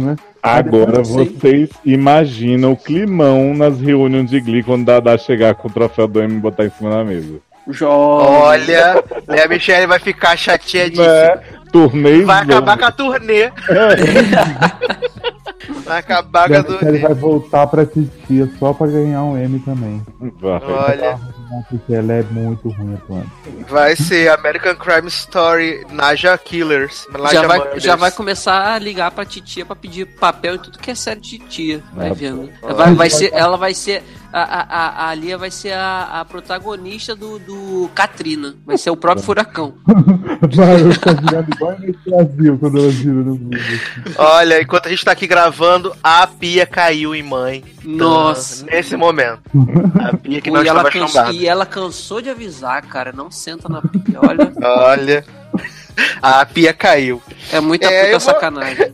E: né?
C: Agora
D: Sim.
C: vocês imaginam o climão nas reuniões de Glee quando Dadá chegar com o troféu do M e botar em cima da mesa.
D: Jovem.
B: Olha, né, a Michelle vai ficar chateadíssima.
C: Né? Turnês.
B: Vai acabar com a turnê. Vai acabar com a
E: Ele
B: turnê.
E: vai voltar pra assistir só pra ganhar um M também.
C: Vai.
B: Olha,
E: Porque ela é muito ruim atuando.
B: vai ser American Crime Story Naja Killers.
D: Já
B: Naja
D: vai,
B: Murders.
D: já vai começar a ligar pra titia pra pedir papel e tudo que é sério de tia. Vai
C: Ah,
D: vendo. Vai, vai ser, ela vai ser. A, a, a- a Lia vai ser a, a protagonista do, do Katrina. Vai ser o próprio furacão.
E: Vai, eu tô virando igual nesse Brasil quando ela gira no vídeo.
B: Olha, enquanto a gente tá aqui gravando, a pia caiu em mãe. Então,
D: Nossa.
B: Nesse momento. A pia que não
D: e, ela
B: estava
D: canso-
B: chumbada.
D: e ela cansou de avisar, cara. Não senta na pia. Olha,
B: Olha. A pia caiu.
D: é muita
B: É,
D: puta
B: eu vou-
D: sacanagem.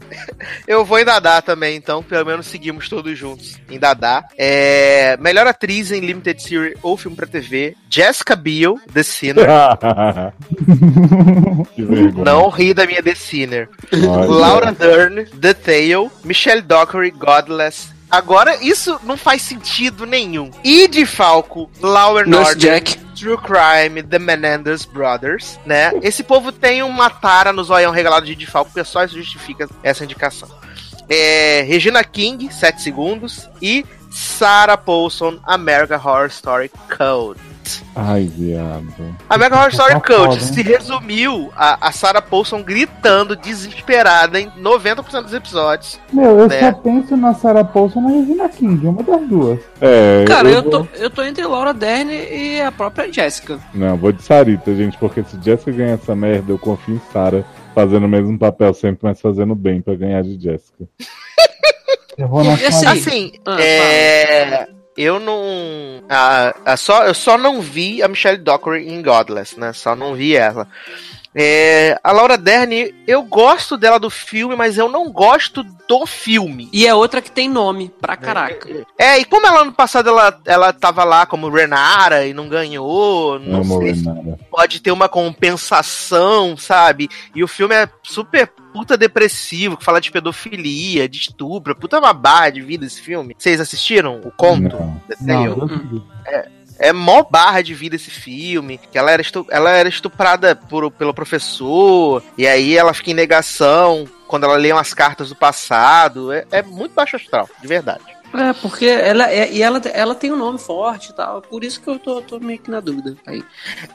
B: Eu vou em Dadá também, então, pelo menos seguimos todos juntos em Dadá. É, melhor atriz em Limited Series ou filme pra TV, Jessica Biel, The Sinner.
C: que vergonha.
B: Não ri da minha The Sinner.
C: Olha.
B: Laura Dern, The Tale, Michelle Dockery, Godless. Agora, isso não faz sentido nenhum. E de Falco, Laura
D: Nurse
B: Norton,
D: Jack.
B: True Crime, The Menendez Brothers, né? Esse povo tem uma tara no zoião regalado de Falco, que só isso justifica essa indicação. É, Regina King, 7 segundos, e Sarah Paulson, American Horror Story Code.
C: Ai, viado.
B: American Horror Story
E: Tá
B: Code
E: foda, hein?
B: se resumiu a, a Sarah Paulson gritando desesperada em 90% dos episódios.
E: Meu, eu
B: É.
E: só penso na Sarah Paulson e na Regina King, uma das duas.
C: É,
D: Cara, eu
C: vou-
D: tô, eu tô entre Laura Dern e a própria Jessica.
C: Não, vou de Sarita, gente, porque se Jessica ganhar essa merda, eu confio em Sara fazendo o mesmo papel sempre, mas fazendo bem pra ganhar de Jessica.
E: Eu vou na
D: E assim-
E: Sarah-
B: Assim,
D: Ah,
B: é. Eu não. a- a só, eu só não vi a Michelle Dockery em Godless, né? Só não vi ela. É, a Laura Dern, eu gosto dela do filme, mas eu não gosto do filme.
D: E é outra que tem nome, pra caraca.
B: É, e como ela ano passado ela, ela tava lá como Renara e não ganhou, não
C: Amo
B: sei se
C: Renata.
B: pode ter uma compensação, sabe? E o filme é super puta depressivo, que fala de pedofilia, de estupro, é puta uma barra de vida esse filme. Vocês assistiram o conto?
C: Não.
B: The
E: Não,
B: Tale?
E: eu sei.
B: É mó barra de vida esse filme. Que ela era, estu- ela era estuprada por, pelo professor. E aí ela fica em negação quando ela lê umas cartas do passado. É, é muito baixo astral, de verdade.
D: É, porque ela, é, e ela, ela tem um nome forte e tal. Por isso que eu tô, tô meio que na dúvida. Aí.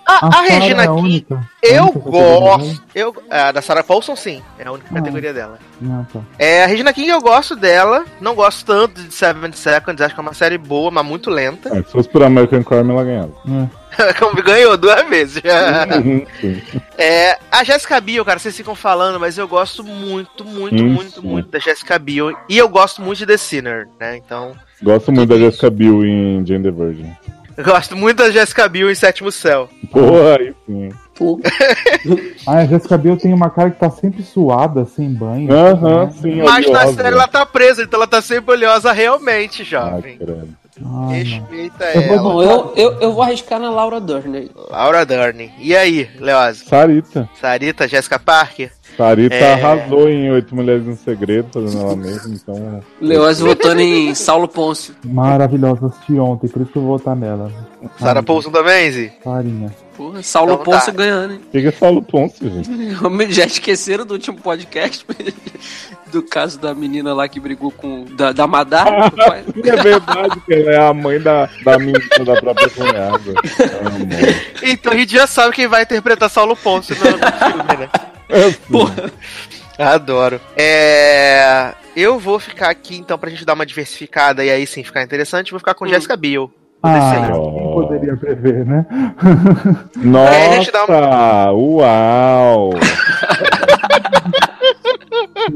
B: A, a
E: Sarah
B: Regina
E: é a
B: aqui,
E: única- a
B: eu
E: única categoria né?
B: gosto.
E: dela?
B: Eu, é, a da Sarah Paulson, sim. É a única
E: Ah.
B: categoria dela.
E: Não, tá.
B: É, a Regina King eu gosto dela, não gosto tanto de Seven Seconds, acho que é uma série boa, mas muito lenta.
C: É, se fosse por American Crime, ela ganhava.
B: Como ganhou duas vezes. Tá.
C: Sim.
B: é, a Jessica Biel, cara, vocês ficam falando, mas eu gosto muito, muito,
C: Hum,
B: muito,
C: sim.
B: muito da Jessica Biel. E eu gosto muito de The Sinner, né? Então,
C: Gosto muito da Jessica Biel em Jane the Virgin.
B: eu gosto muito da Jessica Biel em Sétimo Céu.
C: Boa, aí sim.
D: Pô,
E: Ah, a Jessica Biel tem uma cara que tá sempre suada, sem banho.
C: Aham,
E: né?
C: sim.
B: Mas na
C: odiosa.
B: série ela tá presa, então ela tá sempre olhosa realmente,
C: Ah,
B: jovem.
C: credo.
E: Ah, não.
B: Respeita
E: Eu vou-
B: ela. é
D: bom, eu, eu, eu vou arriscar na Laura Dern né? aí.
B: Laura Dern. E aí, Leoz?
C: Sarita.
B: Sarita, Jessica Parker?
C: Sarita
B: É.
C: arrasou em Oito Mulheres em Segredo, fazendo ela mesma, então.
D: Leoz votando em Saulo Pôncio.
E: Maravilhosa, assisti ontem, por isso que eu vou votar nela.
B: Sarah
E: Ah,
B: Paulson também, Zi?
E: Farinha.
D: Porra, Saulo
B: Então tá.
D: Pôncio ganhando, hein?
C: Chega Saulo Ponce, gente.
D: Já esqueceram do último podcast do caso da menina lá que brigou com. da, da Madara? com o pai?
C: É verdade que ela é a mãe da, da menina da própria cunhada. Amor.
B: Então a gente já sabe quem vai interpretar Saulo Ponce no, no filme, né?
D: Porra.
B: Adoro. É. Eu vou ficar aqui, então, pra gente dar uma diversificada e aí sim ficar interessante, vou ficar com
D: Hum.
B: Jessica Biel.
E: Ah,
C: Ó.
E: quem poderia prever, né?
B: É, deixa eu
C: Nossa! Uau!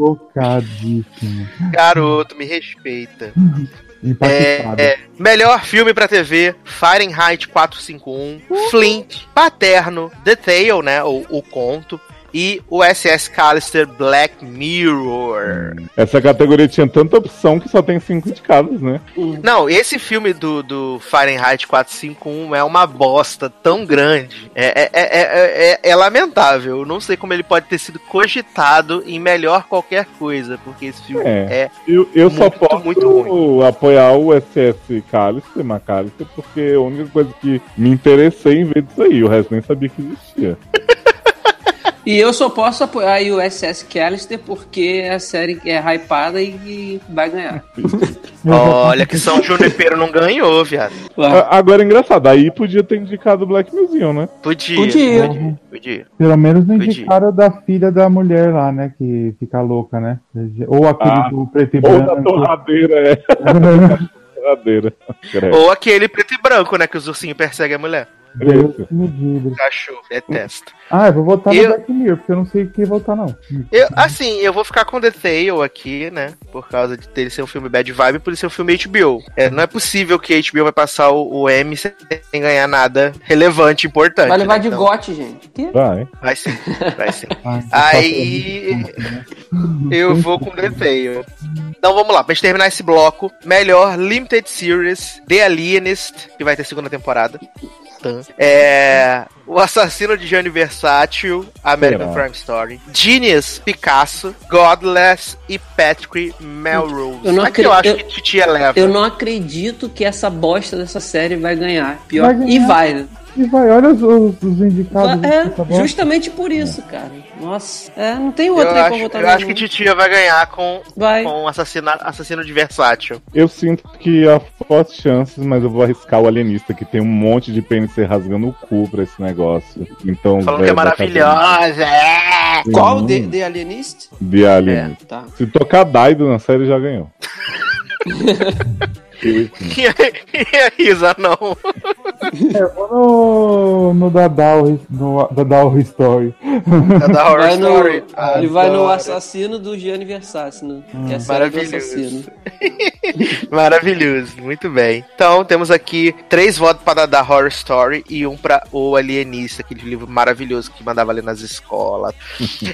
E: Chocadíssimo.
B: Garoto, me respeita.
E: Impactado.
B: É, Melhor filme pra TV: um, Fahrenheit 451, Flint, Paterno, The Tale, né? Ou O Conto, e o SS Callister Black Mirror.
C: Essa categoria tinha tanta opção que só tem cinco indicados, né?
B: Não, esse filme do, do Fahrenheit 451 é uma bosta tão grande. É, é, é, é, é- é lamentável. Eu não sei como ele pode ter sido cogitado em melhor qualquer coisa, porque esse filme é.
C: É. Eu, eu só
B: Muito,
C: posso
B: muito ruim.
C: apoiar o SS Callister, Macalister, porque a única coisa que me interessei em ver disso aí, o resto nem sabia que existia.
D: E eu só posso apoiar o SS Callister porque a série é hypada e e vai ganhar.
B: Olha que São Junipero não ganhou, viado.
E: Ah.
D: Vai.
C: A- Agora é engraçado, aí podia ter indicado o Black Museum, né?
B: Podia.
D: Podia.
B: Podia. podia.
E: Pelo menos não
B: Entendi.
E: indicaram da filha da mulher lá, né? Que fica louca, né? Ou aquele
C: Ah.
E: do preto e
C: Ou da
E: branco.
C: torradeira, é. torradeira. Credo.
B: Ou aquele preto e branco, né? Que os ursinhos perseguem a mulher.
E: Deus me livre.
B: Cachorro, detesto.
E: Ah, eu vou votar
B: Eu-
E: no Black Mirror, porque eu não sei quem votar, não.
B: Eu, assim, eu vou ficar com The Tale aqui, né? Por causa de ele ser um filme bad vibe, por ele ser um filme HBO. É, não é possível que a HBO vai passar o, o M sem ganhar nada relevante, importante.
D: Vai levar
B: né?
D: de
B: Então,
D: gote, gente. Que?
C: Vai.
B: Vai sim, vai sim.
E: Ah,
B: Aí eu vou com The Tale. Então vamos lá, pra gente terminar esse bloco, melhor Limited Series, The Alienist, que vai ter segunda temporada. Tan. É, o Assassino de Gianni Versátil, American
C: Será?
B: Crime Story, Genius, Picasso, Godless e Patrick Melrose.
D: Eu não
B: Aqui eu acho
D: acredito-
B: que Titi é eleva.
D: Eu não acredito que essa bosta dessa série vai ganhar. Pior.
E: Vai ganhar.
D: E vai. né?
E: E vai, olha os, os- os indicados.
D: É,
E: tá bom?
D: justamente por isso, cara. Nossa, é, não tem
B: Eu
D: outra aí pra
B: acho,
D: votar
B: eu
D: não.
B: acho que Titia vai ganhar com,
D: Vai.
B: com assassina, Assassino de Versátil.
C: Eu sinto que há fortes chances, mas eu vou arriscar o alienista, que tem um monte de PNC rasgando o cu pra esse negócio. Então,
B: Falando que é
C: vai- vai fazer-
B: maravilhosa. é.
D: Qual?
C: Sim,
D: The, The Alienist?
C: De Alien.
D: Tá.
C: Hum. Se tocar Daido na série, já ganhou.
B: E a Isa não.
E: Eu vou no, no Dadal, no Dadal Story.
B: É da Horror
D: Vai no-
B: Story.
D: ele vai no
B: Ah, Adoro.
D: assassino do Gianni Versassino. que é a série do
B: Maravilhoso.
D: assassino.
B: Maravilhoso, muito bem. Então temos aqui três votos para da Horror Story e um para O Alienista, aquele livro maravilhoso que mandava ler nas escolas.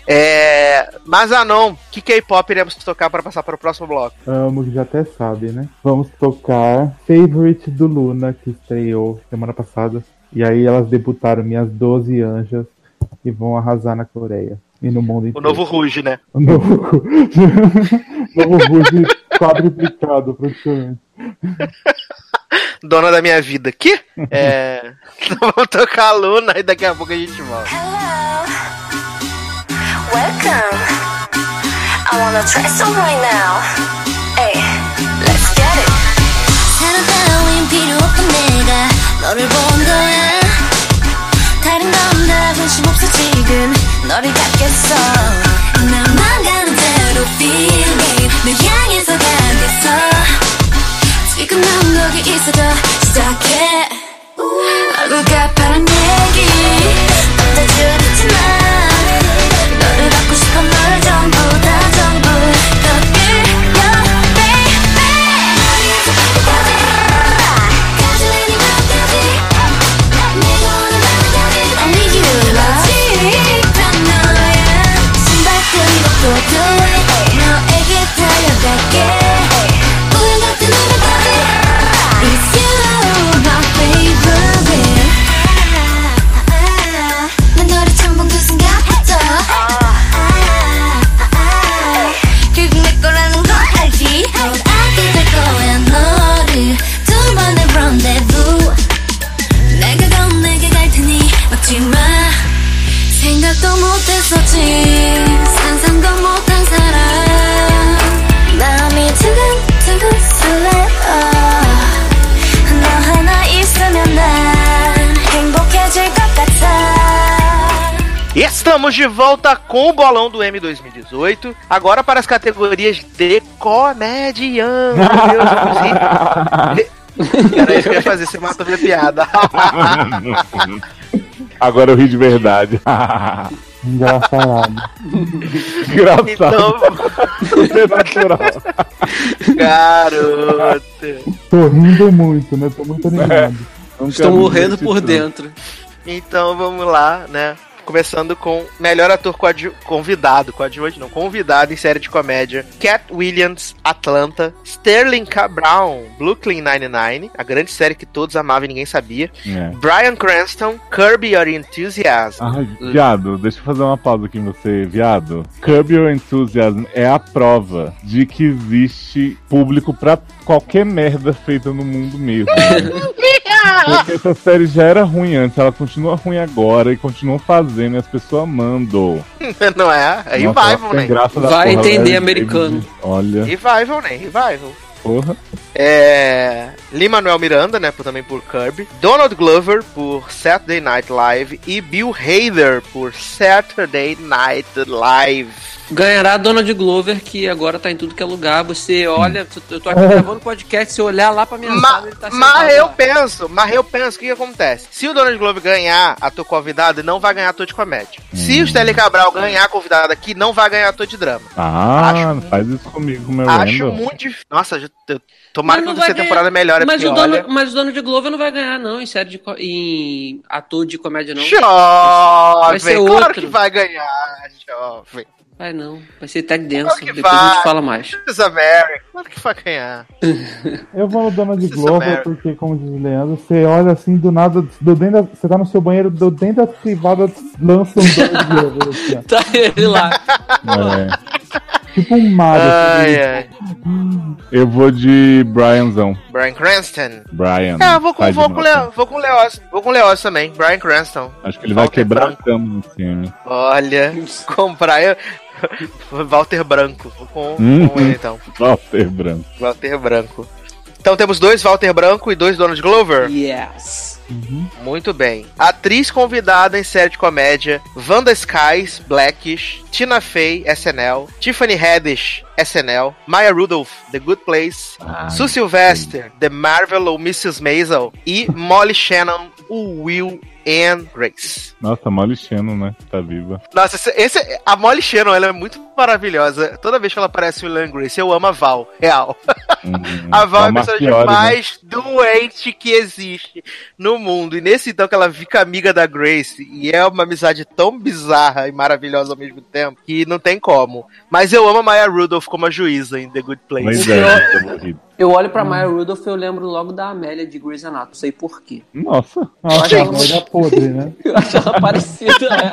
B: é, mas Anon, que K-pop iremos tocar para passar para o próximo bloco?
E: Amo, que já até sabe, né? Vamos tocar Favorite do Luna, que estreou semana passada. E aí elas debutaram Minhas 12 Anjas e vão arrasar na Coreia e no mundo
B: O
E: inteiro.
B: novo Ruge, né?
E: O novo, novo Ruge quadruplicado, praticamente.
B: Dona da minha vida. Que? É, então vamos tocar a Luna e daqui a pouco a gente volta.
G: Hello. Welcome. I wanna try some right now. Hey, let's get it.
H: 사랑 따윈 필요 없던 내가 너를 본 거야 다른 건 다 관심 없어 지금 너를 갖겠어 나만 가는 대로 feel babe 널 향해서 가겠어 지금 난 거기 있어도 시작해 얼굴 가파른 얘기 어때 주겠지만 너를 갖고 싶어 널 전부 다 전부 더 끌려 baby 머리에서 발끝까지 가슴에 네 맘까지 내가 오는 밤까지 I need you love 다 너야 신발끈 벗고 do it 너에게 달려갈게 우연 같은 우연까지 It's you my favorite 아, 난 너를 처음 본그 순간부터 아, 아, 아, 결국 내 거라는 걸 알지 넌 알게 될 거야 너를 두 번의 rendezvous 내가 건 내게 갈 테니 막지 마 생각도 못했었지 상상도 못한 사람 마음이 두근두근 설레어 너 하나 있으면 난 행복해질 것 같아
B: Estamos de volta com o bolão do M 2018. Agora para as categorias de comediante. Meu Deus, eu me- Era isso que eu ia fazer, você matou minha piada.
C: Agora eu ri de verdade.
E: Engraçado.
C: Engraçado.
B: Então,
C: Sobrenatural.
B: garoto.
E: Tô rindo muito, né? Tô muito animado.
C: Nunca
D: Estou
C: vi
D: morrendo
C: esse
D: por
C: filme.
D: dentro.
B: Então vamos lá, né? Começando com melhor ator coadju convidado, coadjuvante não, convidado em série de comédia. Cat Williams, Atlanta. Sterling K. Brown, Brooklyn Nine-Nine. A grande série que todos amavam e ninguém sabia.
C: É.
B: Brian Cranston, Curb Your Enthusiasm.
C: Ai, viado, deixa eu fazer uma pausa aqui em você, viado. Curb Your Enthusiasm é a prova de que existe público pra qualquer merda feita no mundo mesmo. né? Porque essa série já era ruim antes, ela continua ruim agora e continuam fazendo e as pessoas amando.
B: não é? É
C: Nossa, ela
B: Revival,
C: tem
B: né?
C: graça da
D: Vai entender,
C: velho.
D: americano.
C: Olha,
B: Revival, né? Revival.
C: porra.
B: É. Lee Manuel Miranda, né? por- Também por Kirby. Donald Glover por Saturday Night Live. E Bill Hader por Saturday Night Live.
D: Ganhará a Donald Glover, que agora tá em tudo que é lugar. Você olha, eu tô aqui gravando podcast, se olhar lá pra minha
B: Ma-
D: sala, ele tá sentado
B: mas eu
D: lá.
B: penso, mas eu penso, o que, que acontece? Se o Donald Glover ganhar ator convidado, não vai ganhar ator de comédia.
C: Hum.
B: Se o Stanley Cabral ganhar convidado aqui, não vai ganhar ator de drama.
C: Ah,
B: Acho
C: não faz isso comigo, meu
B: Acho
C: lendo.
B: muito difícil. Nossa, eu- eu- tomara que
D: Mas não
B: não seja
D: vai
B: temporada melhor. é
D: Mas
B: porque,
D: o, Donald,
B: olha-
D: mas o Donald Glover não vai ganhar, não, em série de co- em ator de comédia, não. Vai ser
B: Jovem, claro
D: outro.
B: que vai ganhar, jovem.
D: Vai não. Vai ser Ted Denson.
B: que
D: Depois
B: vai.
D: a gente fala mais.
B: This is America, claro que vai ganhar.
E: Eu vou no Donald
B: Isso é merda.
E: Glover, porque, como diz o Leandro, você olha assim do nada, do dentro da- você tá no seu banheiro, do dentro da privada lança um Donald Glover. Assim, ó.
D: Tá ele lá.
C: É.
E: Tipo um Mario.
B: Ai,
E: assim,
B: ai.
C: Eu vou de Brianzão.
B: Brian Cranston.
C: Brian.
B: É, eu vou com,
C: Pai Hum, de
B: vou com,
C: Malcolm.
B: Leo, vou com o Leoz. Vou com o Leoz também, Brian Cranston.
C: Acho que ele vai
B: Walter
C: quebrar
B: Branco.
C: a cama assim, né? no filme.
B: Olha, comprar eu. Walter Branco. Vou com,
C: Hum.
B: com ele então.
C: Walter Branco.
B: Walter Branco. Então temos dois Walter Branco e dois Donald Glover?
D: yes.
B: Muito bem. Atriz convidada em série de comédia: Wanda Skies, Blackish, Tina Fey, SNL, Tiffany Haddish, SNL, Maya Rudolph, The Good Place,
C: Ah,
B: Sue Sylvester, The Marvel ou Mrs. Maisel e Molly Shannon, o Will and Grace.
C: Nossa, Molly Shannon, né? Tá viva.
B: Nossa, esse, esse- a Molly Shannon, ela é muito maravilhosa. Toda vez que ela aparece o Will and Grace, eu amo a Val, real.
C: Hum,
B: A Val é a
C: uma
B: personagem
C: Fiore, né?
B: mais doente que existe no mundo. E nesse então que ela fica amiga da Grace, e é uma amizade tão bizarra e maravilhosa ao mesmo tempo, que não tem como. Mas eu amo a Maya Rudolph como a juíza em The Good Place.
C: Pois é, gente, eu morri.
D: Eu olho pra Maya Rudolph e eu lembro logo da Amélia de Grey's Anatomy. Não sei porquê.
C: Nossa,
E: Nossa, a mulher podre, né?
D: Eu acho ela parecida. né?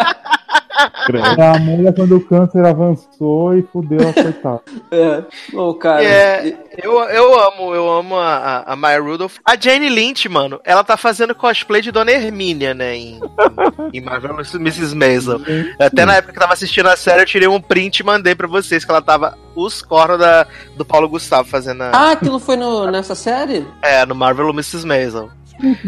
C: credo.
E: É a mulher quando o câncer avançou e fudeu a coitada.
D: É. Ô, cara.
B: É, eu, eu amo, eu amo a, a- a Maya Rudolph. A Jane Lynch, mano, ela tá fazendo cosplay de Dona Hermínia, né? Em, em Marvel Mrs. Maisel. Até na época que eu tava assistindo a série, eu tirei um print e mandei pra vocês que ela tava os cornos da, do Paulo Gustavo fazendo a-
D: Ah, aquilo foi no- nessa série?
B: é, no Marvel Mrs. Maisel.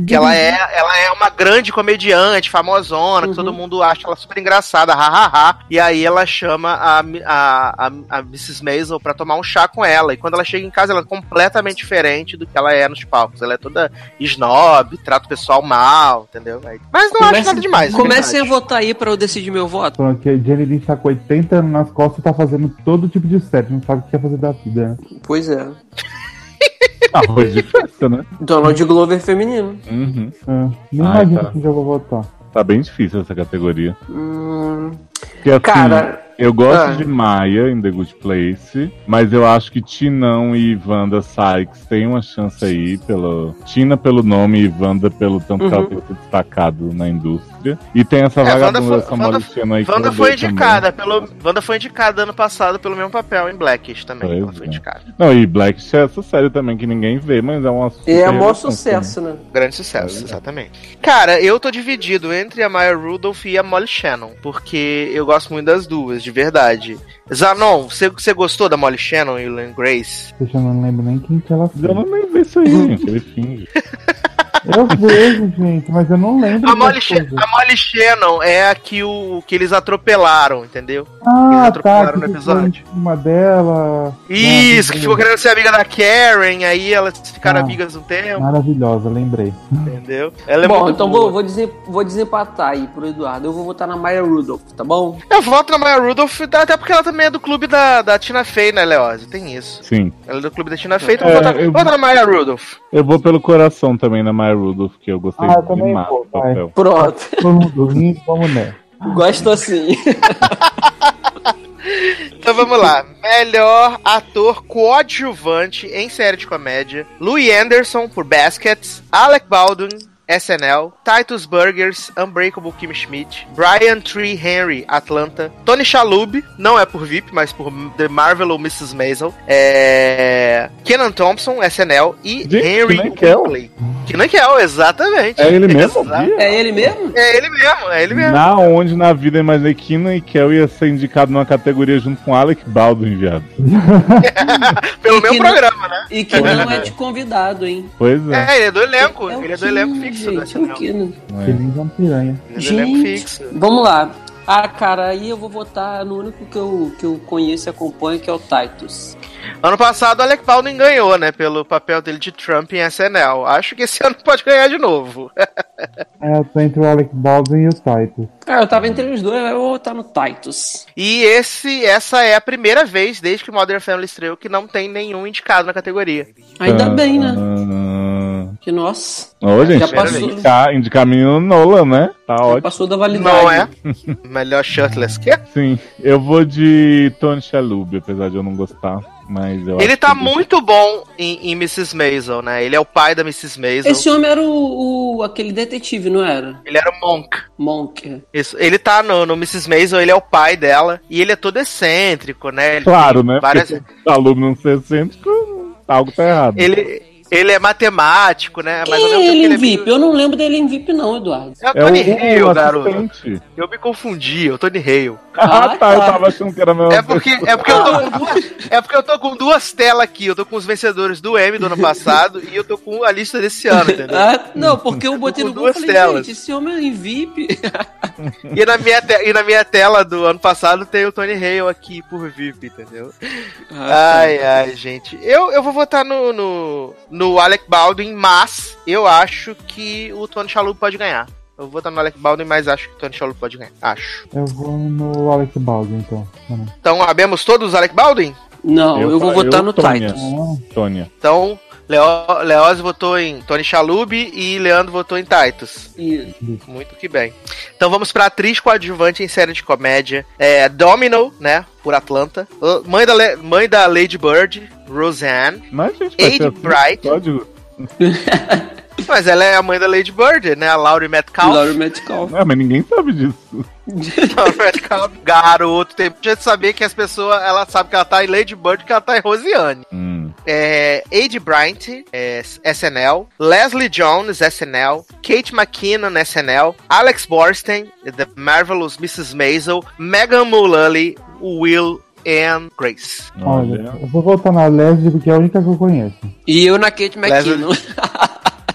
B: Que ela é, ela é uma grande comediante, famosona, que todo mundo acha ela super engraçada, hahaha. E aí ela chama a, mi- a, a, a Mrs. Maisel pra tomar um chá com ela. E quando ela chega em casa, ela é completamente diferente do que ela é nos palcos. Ela é toda snob, trata o pessoal mal, entendeu? Aí- Mas não acho nada demais. na
D: Comecem a
B: verdade.
D: votar aí pra eu decidir meu voto.
E: Falando que Então, a Jenny Lynch tá com 80 anos nas costas e tá fazendo todo tipo de série, não sabe o que quer fazer da vida, né?
D: Pois é.
C: Ah, foi de festa, né?
D: Donald Glover feminino.
C: Uhum.
E: Ah, nem
C: Ah,
E: imagina
C: tá.
E: quem que eu vou votar.
C: Tá bem difícil essa categoria.
D: Hum,
C: Porque, assim,
D: Cara,
C: eu gosto
D: ah.
C: de Maia em The Good Place, mas eu acho que Tinão e Wanda Sykes tem uma chance aí pelo... Tina pelo nome e Wanda pelo tanto que ela
D: Uhum.
C: tem se destacado na indústria. E tem essa
B: É, Wanda
C: vagabunda,
B: foi-
C: essa
B: Wanda-
C: Molly Shannon aí que
B: Wanda
C: eu
B: foi
C: odeio também.
B: indicada pelo. Wanda foi indicada ano passado pelo mesmo papel em Blackish também.
C: Pois
B: ela foi
C: é.
B: indicada.
C: Não, e Black é essa série também que ninguém vê, mas é uma
D: é um bom
C: revelação,
D: sucesso, né?
B: Grande sucesso,
C: Pois é.
B: exatamente. Cara, eu tô dividido entre a Maya Rudolph e a Molly Shannon, porque eu gosto muito das duas, de verdade. Zanon, você- você gostou da Molly Shannon e o Lynn Grace?
E: Deixa eu não lembro nem quem que ela
C: assim.
E: fez.
C: Eu não nem vi isso aí, gente. Ele finge.
E: Eu vejo, gente, mas eu não
B: A
E: lembro. das
B: Molly, Shan-
E: coisas.
B: a Molly Shannon é a que, o, que eles atropelaram, entendeu?
E: Ah,
B: atropelaram
E: tá. que
B: no
E: ficou
B: episódio.
E: em cima dela.
B: Isso, que ficou
E: maravilhosa.
B: querendo ser amiga da Karen, aí elas ficaram
E: Ah.
B: amigas um tempo,
E: Maravilhosa, lembrei.
B: entendeu? Ela é
D: bom,
B: muito
D: então
B: boa.
D: vou, vou, desem- vou desempatar aí pro Eduardo. Eu vou votar na Maya Rudolph, tá bom?
B: Eu voto na Maya Rudolph, até porque ela também é do clube da, da Tina Fey, né, Leoz? Tem isso.
C: Sim.
B: Ela é do clube da Tina Fey, então
C: É,
B: vou votar
C: eu-
B: vou votar na Maya Rudolph.
C: Eu vou pelo coração também na My Rudolph, que eu gostei
E: Ah, eu também
C: demais
E: vou,
C: do papel.
D: Pronto.
E: Todo mundo rindo, vamos nessa.
D: Gosto assim.
B: Então vamos lá. Melhor ator coadjuvante em série de comédia: Louis Anderson por Baskets, Alec Baldwin. SNL, Titus Burgers, Unbreakable Kim Schmidt, Brian Tree Henry, Atlanta, Tony Shalhoub, não é por VIP, mas por The Marvel ou Mrs. Maisel, é... Kenan Thompson, SNL e
C: Gente,
B: Henry
C: Kenan Kell.
B: Winkley. Kenan Kell, exatamente.
C: É ele mesmo?
B: Exa-
C: Bia?
D: É ele mesmo?
B: É ele mesmo, é ele mesmo.
C: Na onde na vida eu imaginei Kina e Kel ia ser indicado numa categoria junto com Alec Baldwin, viado.
B: Pelo
D: E
B: meu
D: que não-
B: programa, né?
D: E que não é de convidado, hein?
C: Pois é.
B: É, ele é do elenco.
D: É o
B: ele é do
D: Kino,
B: elenco fixo do
D: gente, é o
B: SNL.
D: Kino.
E: Que nem uma piranha.
B: Ele é do elenco
D: Gente.
B: fixo.
D: Vamos lá. Ah, cara, aí eu vou votar no único que eu, que eu conheço e acompanho, que é o Titus.
B: Ano passado, o Alec Baldwin ganhou, né? Pelo papel dele de Trump em SNL. Acho que esse ano pode ganhar de novo.
E: É, eu tô entre o Alec Baldwin e o Titus.
D: Cara, eu tava entre os dois, mas eu vou votar no Titus.
B: E esse, essa é a primeira vez desde que Modern Family estreou que não tem nenhum indicado na categoria.
D: Ainda
C: Ah,
D: bem, né?
C: né?
D: Que nossa,
C: Ô, gente,
D: Já
B: passou.
C: indicar, indicar menino Nola, né? Tá
D: já
C: ótimo.
D: passou da validade.
B: Não é? Melhor shirtless que
C: Sim, eu vou de Tony Shalhoub, apesar de eu não gostar, mas eu
B: Ele
C: acho
B: tá
C: que-
B: muito bom em, em Mrs. Maisel, né? Ele é o pai da Mrs. Maisel.
D: Esse homem era o, o- aquele detetive, não era?
B: Ele era o Monk.
D: Monk.
B: Isso. Ele tá no, no Mrs. Maisel, ele é o pai dela. E ele é todo excêntrico, né? Ele
C: Claro,
B: tem
C: né?
B: várias-
C: Porque aluno não ser excêntrico, algo tá errado.
B: Ele, ele é matemático, né?
D: Quem
B: ao mesmo
D: é
B: tempo
D: ele
B: que
D: em
B: meio-
D: VIP? Eu não lembro dele em VIP, não, Eduardo.
B: É o
C: É o,
B: Tony Hale,
C: o
B: garoto.
C: assistente.
B: Eu me confundi, é o Tony Hale.
C: Ah,
D: Ah,
C: tá, eu
D: tá.
C: tava achando que era meu.
B: É porque, é, porque eu tô com duas, é porque eu tô com duas telas aqui. Eu tô com os vencedores do M do ano passado e eu tô com a lista desse ano, entendeu?
D: Ah, não, porque eu botei
B: Com
D: no Google e
B: duas
D: falei,
B: telas.
D: gente, esse homem é em VIP.
B: E na, minha te- e na minha tela do ano passado tem o Tony Hale aqui por VIP, entendeu? Ah, Ai, ai, gente. Eu, eu vou votar no, no, no Alec Baldwin, mas eu acho que o Tony Shalhoub pode ganhar. Eu vou votar no Alec Baldwin, mas acho que o Tony Shalhoub pode ganhar. Acho.
E: Eu vou no Alec Baldwin, então. Mano.
B: Então, abemos todos o Alec Baldwin?
D: Não, eu,
C: Eu
D: vou
C: fa-
D: votar
C: eu,
D: no
C: Tônia.
D: Titus.
C: Tônia.
B: Então, Leo, Leoz votou em Tony Shalhoub e Leandro votou em Titus.
D: E-
B: Muito que bem. Então vamos pra atriz coadjuvante em série de comédia. É Domino, né? Por Atlanta. L- Mãe da, Le- mãe da Lady Bird, Roseanne.
C: Mas, gente, vai
B: Aide
C: ser assim,
B: Bright.
C: código.
B: Mas ela é a mãe da Lady Bird, né? A Laurie Metcalf.
D: Laurie Metcalf.
C: Ah, mas ninguém sabe disso.
B: Laurie Metcalf. Garoto, tem jeito de saber que as pessoas, ela sabe que ela tá em Lady Bird, que ela tá em Roseanne.
C: Hum.
B: é, Aide Bryant, é, SNL, Leslie Jones, SNL, Kate McKinnon, SNL, Alex Borstein, The Marvelous Mrs. Maisel, Megan Mullally, Will and Grace.
E: Olha,
C: Olha.
E: eu vou voltar na Leslie porque é a única que eu conheço.
D: E eu na Kate McKinnon.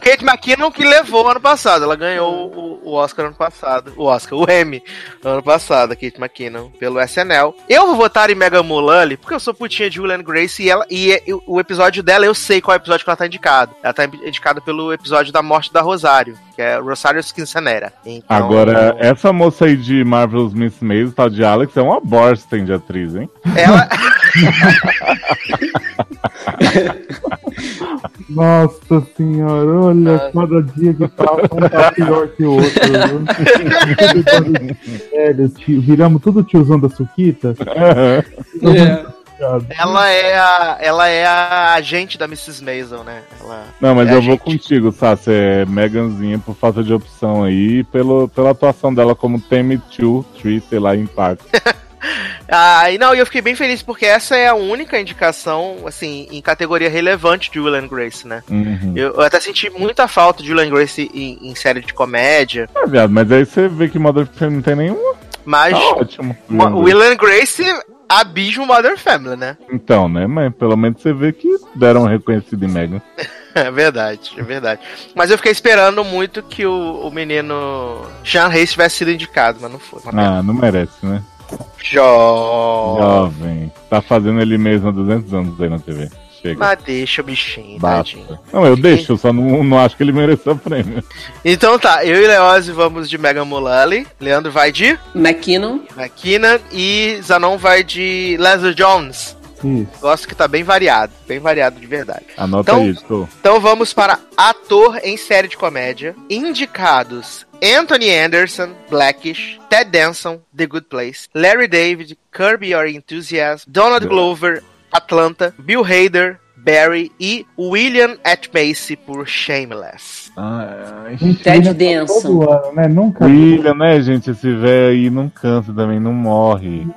B: Kate McKinnon que levou ano passado, ela ganhou o, o Oscar ano passado, o Oscar, o Emmy ano passado, a Kate McKinnon, pelo SNL. Eu vou votar em Megan Mullally, porque eu sou putinha de Will and Grace e, ela, e, é- e o episódio dela, eu sei qual é o episódio que ela tá indicada. Ela tá indicada pelo episódio da morte da Rosário, que é Rosário Quinceanera. Então,
C: Agora, essa moça aí de Marvel's Miss Maisel, tal de Alex, é uma bosta de atriz, hein?
B: ela,
E: Nossa senhora, olha,
B: Ah.
E: cada dia que passa um tá pior que o outro. viu? Sério, tio, viramos tudo tiozão da suquita.
D: É.
B: ela é a, ela é a agente da Mrs. Maisel, né? Ela
C: Não, mas
B: É,
C: eu vou
B: gente.
C: contigo, Sassi. É Meganzinha por falta de opção aí, pelo, pela atuação dela como Tame 2, 3, sei lá, Impact.
B: Ah, e não, e eu fiquei bem feliz porque essa é a única indicação, assim, em categoria relevante de Will and Grace, né?
C: Uhum.
B: Eu, eu até senti muita falta de Will and Grace em, em série de comédia,
C: Ah, viado, mas aí você vê que Mother Family não tem nenhuma.
B: mas
C: Tá ótimo.
B: Mo- Will and Grace abismo Modern Family, né?
C: Então, né? Mas pelo menos você vê que deram um reconhecido em Megan.
B: É verdade, é verdade. Mas eu fiquei esperando muito que o, o menino Sean Hayes tivesse sido indicado, mas não foi.
C: Ah, não merece, né?
B: Jó.
C: Jovem. Tá fazendo ele mesmo há 200 anos aí na TV. Chega.
B: Mas deixa o bichinho, tadinho.
C: Basta. Não, eu deixo, eu só não, não acho que ele mereceu o prêmio.
B: Então tá, eu e Leose vamos de Megan Mullally, Leandro vai de...
D: McKinnon.
B: McKinnon e Zanon vai de Leslie Jones.
E: Isso.
B: Gosto que tá bem variado, bem variado de verdade.
C: Anota
B: Então-
C: isso.
B: Então vamos para ator em série de comédia. Indicados: Anthony Anderson, Blackish, Ted Danson, The Good Place, Larry David, Curb Your Enthusiasm, Donald Glover, Atlanta, Bill Hader, Barry e William H. Macy por Shameless.
C: Ai,
D: Ted
E: William tá
D: Danson.
E: Todo ano, né? Nunca.
C: William, né, gente? Esse velho aí não cansa também, não morre.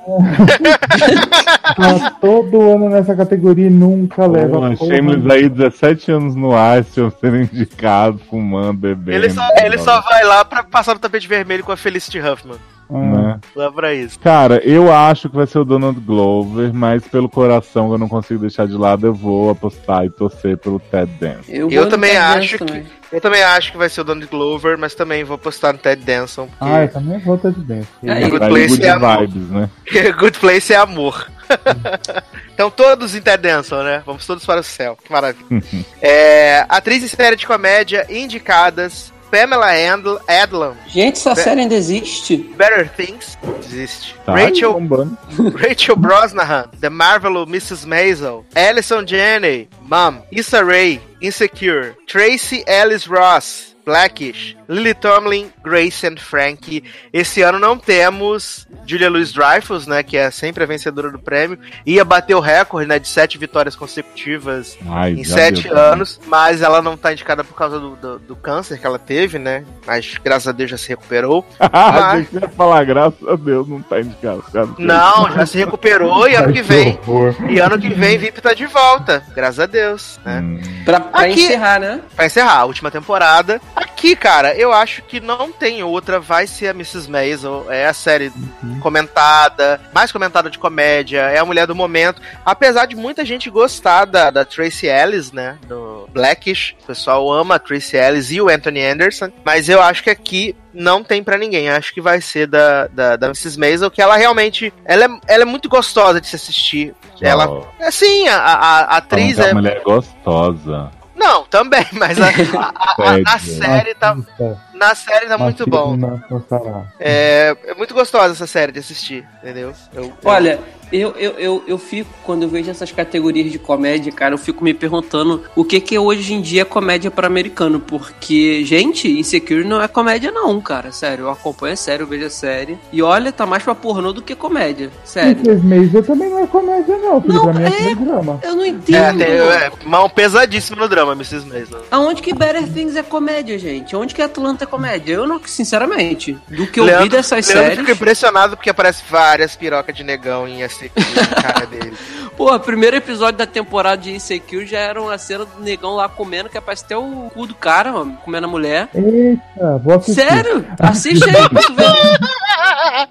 E: Tá todo ano nessa categoria e nunca leva.
C: Pô,
E: porra
C: Shameless aí, 17 anos no ar, se eu ser indicado, fumando, bebendo.
B: Ele só, ele só vai lá pra passar no tapete vermelho com a Felicity Huffman.
E: nenhuma.
C: Né?
B: Lá pra isso.
C: Cara, eu acho que vai ser o Donald Glover, mas pelo coração que eu não consigo deixar de lado, eu vou apostar e torcer pelo Ted Dance.
B: Eu
D: vou no
B: também
D: Ted
B: acho
D: Danson
B: que-
D: também.
B: Eu também acho que vai ser o Donald Glover, mas também vou postar no Ted Danson. Porque
E: Ah, eu também vou ter de dentro.
D: Aí,
B: Good
C: Vai
B: Place
C: Tá good
B: é amor.
C: vibes, né?
B: Good Place é amor. então todos em Ted Danson, né? Vamos todos para o céu. Que maravilha. É, atriz em série de comédia indicadas. Pamela Andl- Adlon,
D: Gente, essa série ainda existe?
B: Better Things, existe.
C: Tá
B: Rachel,
C: bombando.
B: Rachel Brosnahan, The Marvel Mrs. Maisel, Alison Janney, Mom, Issa Rae, Insecure, Tracy Ellis Ross, Blackish, Lily Tomlin, Grace and Frankie. Esse ano não temos Julia Louis-Dreyfus, né, que é sempre a vencedora do prêmio, ia bater o recorde, né, de sete vitórias consecutivas
C: Ai,
B: em
C: já
B: sete
C: deu, tá?
B: anos, mas ela não tá indicada por causa do, do- do câncer que ela teve, né, mas graças a Deus já se recuperou.
C: Ah, Achei que você ia falar, graças a Deus, não tá indicado. cara.
B: tá. Não, já se recuperou e ano que um vem
E: horror.
B: E ano que vem VIP tá de volta, graças a Deus, né?
C: Hum.
D: Pra, pra
B: Aqui.
D: encerrar, né?
B: Pra encerrar a última temporada. Aqui, cara, eu acho que não tem outra, vai ser a Mrs. Maisel, é a série comentada, mais comentada de comédia, é a mulher do momento. Apesar de muita gente gostar da, da Tracy Ellis, né, do Blackish, o pessoal ama a Tracy Ellis e o Anthony Anderson, mas eu acho que aqui não tem pra ninguém, acho que vai ser da, da, da Mrs. Maisel, que ela realmente, ela é, ela é muito gostosa de se assistir, ela
C: Ó,
B: é sim, a, a- a atriz
C: falando que
B: é.
C: a mulher é gostosa.
B: Não, também, mas a, a- a- na
C: Sério.
B: série tá.
E: Machista,
B: Na série tá muito bom.
E: machismo não passará.
B: É, é muito gostosa essa série de assistir, entendeu? Eu- eu-
D: Olha, eu, eu, eu, eu fico, quando eu vejo essas categorias de comédia, cara, eu fico me perguntando o que que hoje em dia é comédia para americano, porque, gente, Insecure não é comédia não, cara, sério, eu acompanho a série, eu vejo a série, e olha, tá mais pra pornô do que comédia, sério.
E: Esses meses eu também não é comédia, não. Filho,
D: Não,
E: pra mim
D: é-
E: é, é drama.
D: Eu não
B: É. é,
D: entendo.
B: tem- é, mão pesadíssima no drama, Mrs. Maisel.
D: Aonde que Better Things é comédia, gente? Aonde que Atlanta é comédia? Eu não, sinceramente, do que eu vi dessas
B: Leandro
D: séries...
B: fica impressionado porque aparece várias pirocas de negão em esse na cara dele.
D: Pô, o primeiro episódio da temporada de Insecure já era uma cena do negão lá comendo, que aparece até o cu do cara, mano, comendo a mulher.
E: Eita, vou assistir.
D: Sério? Assiste aí pra tu ver.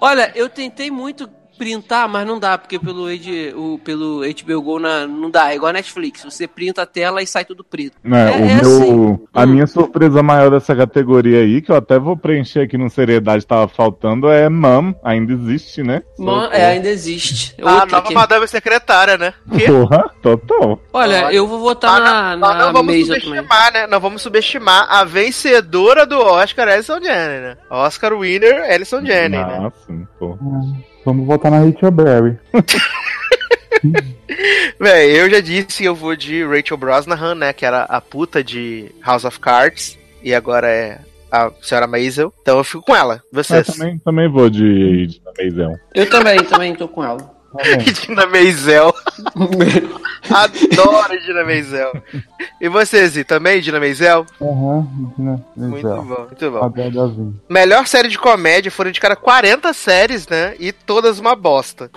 D: Olha, eu tentei muito printar, mas não dá, porque pelo, H- o- pelo HBO Go na- não dá. É igual a Netflix, você printa a tela e sai tudo preto.
C: Né, o
D: É- é
C: meu,
D: assim.
C: A
D: Hum.
C: minha surpresa maior dessa categoria aí, que eu até vou preencher aqui no Seriedade Tava Faltando, é Mam, ainda existe, né?
D: Man- é, ainda existe. É
B: a
D: outra
B: Ah, nova
D: aqui.
B: madame secretária, né? Que?
C: Porra, total.
D: Olha, eu vou votar na,
B: Nós
D: na
B: Ah, não vamos
D: mesa Ah, também.
B: subestimar, né? Não vamos subestimar a vencedora do Oscar, Alison Jenner, né? Oscar winner, Alison Jenner, né?
C: Nossa, porra.
E: Vamos voltar na Rachel Berry.
B: Véi, eu já disse que eu vou de Rachel Brosnahan, né? Que era a puta de House of Cards. E agora é a senhora Maisel. Então eu fico com ela.
C: Mas
B: Vocês.
C: também, também vou de, de Maisel.
D: Eu também, também tô com ela.
B: Dina Maisel. Adoro Dina Maisel. E vocês, Zee, também Dina Maisel?
E: Aham, né? Dina
B: Muito
E: Menzel.
B: bom, muito bom.
E: Abel Davi.
B: Melhor série de comédia foram indicadas 40 séries, né? E todas uma bosta.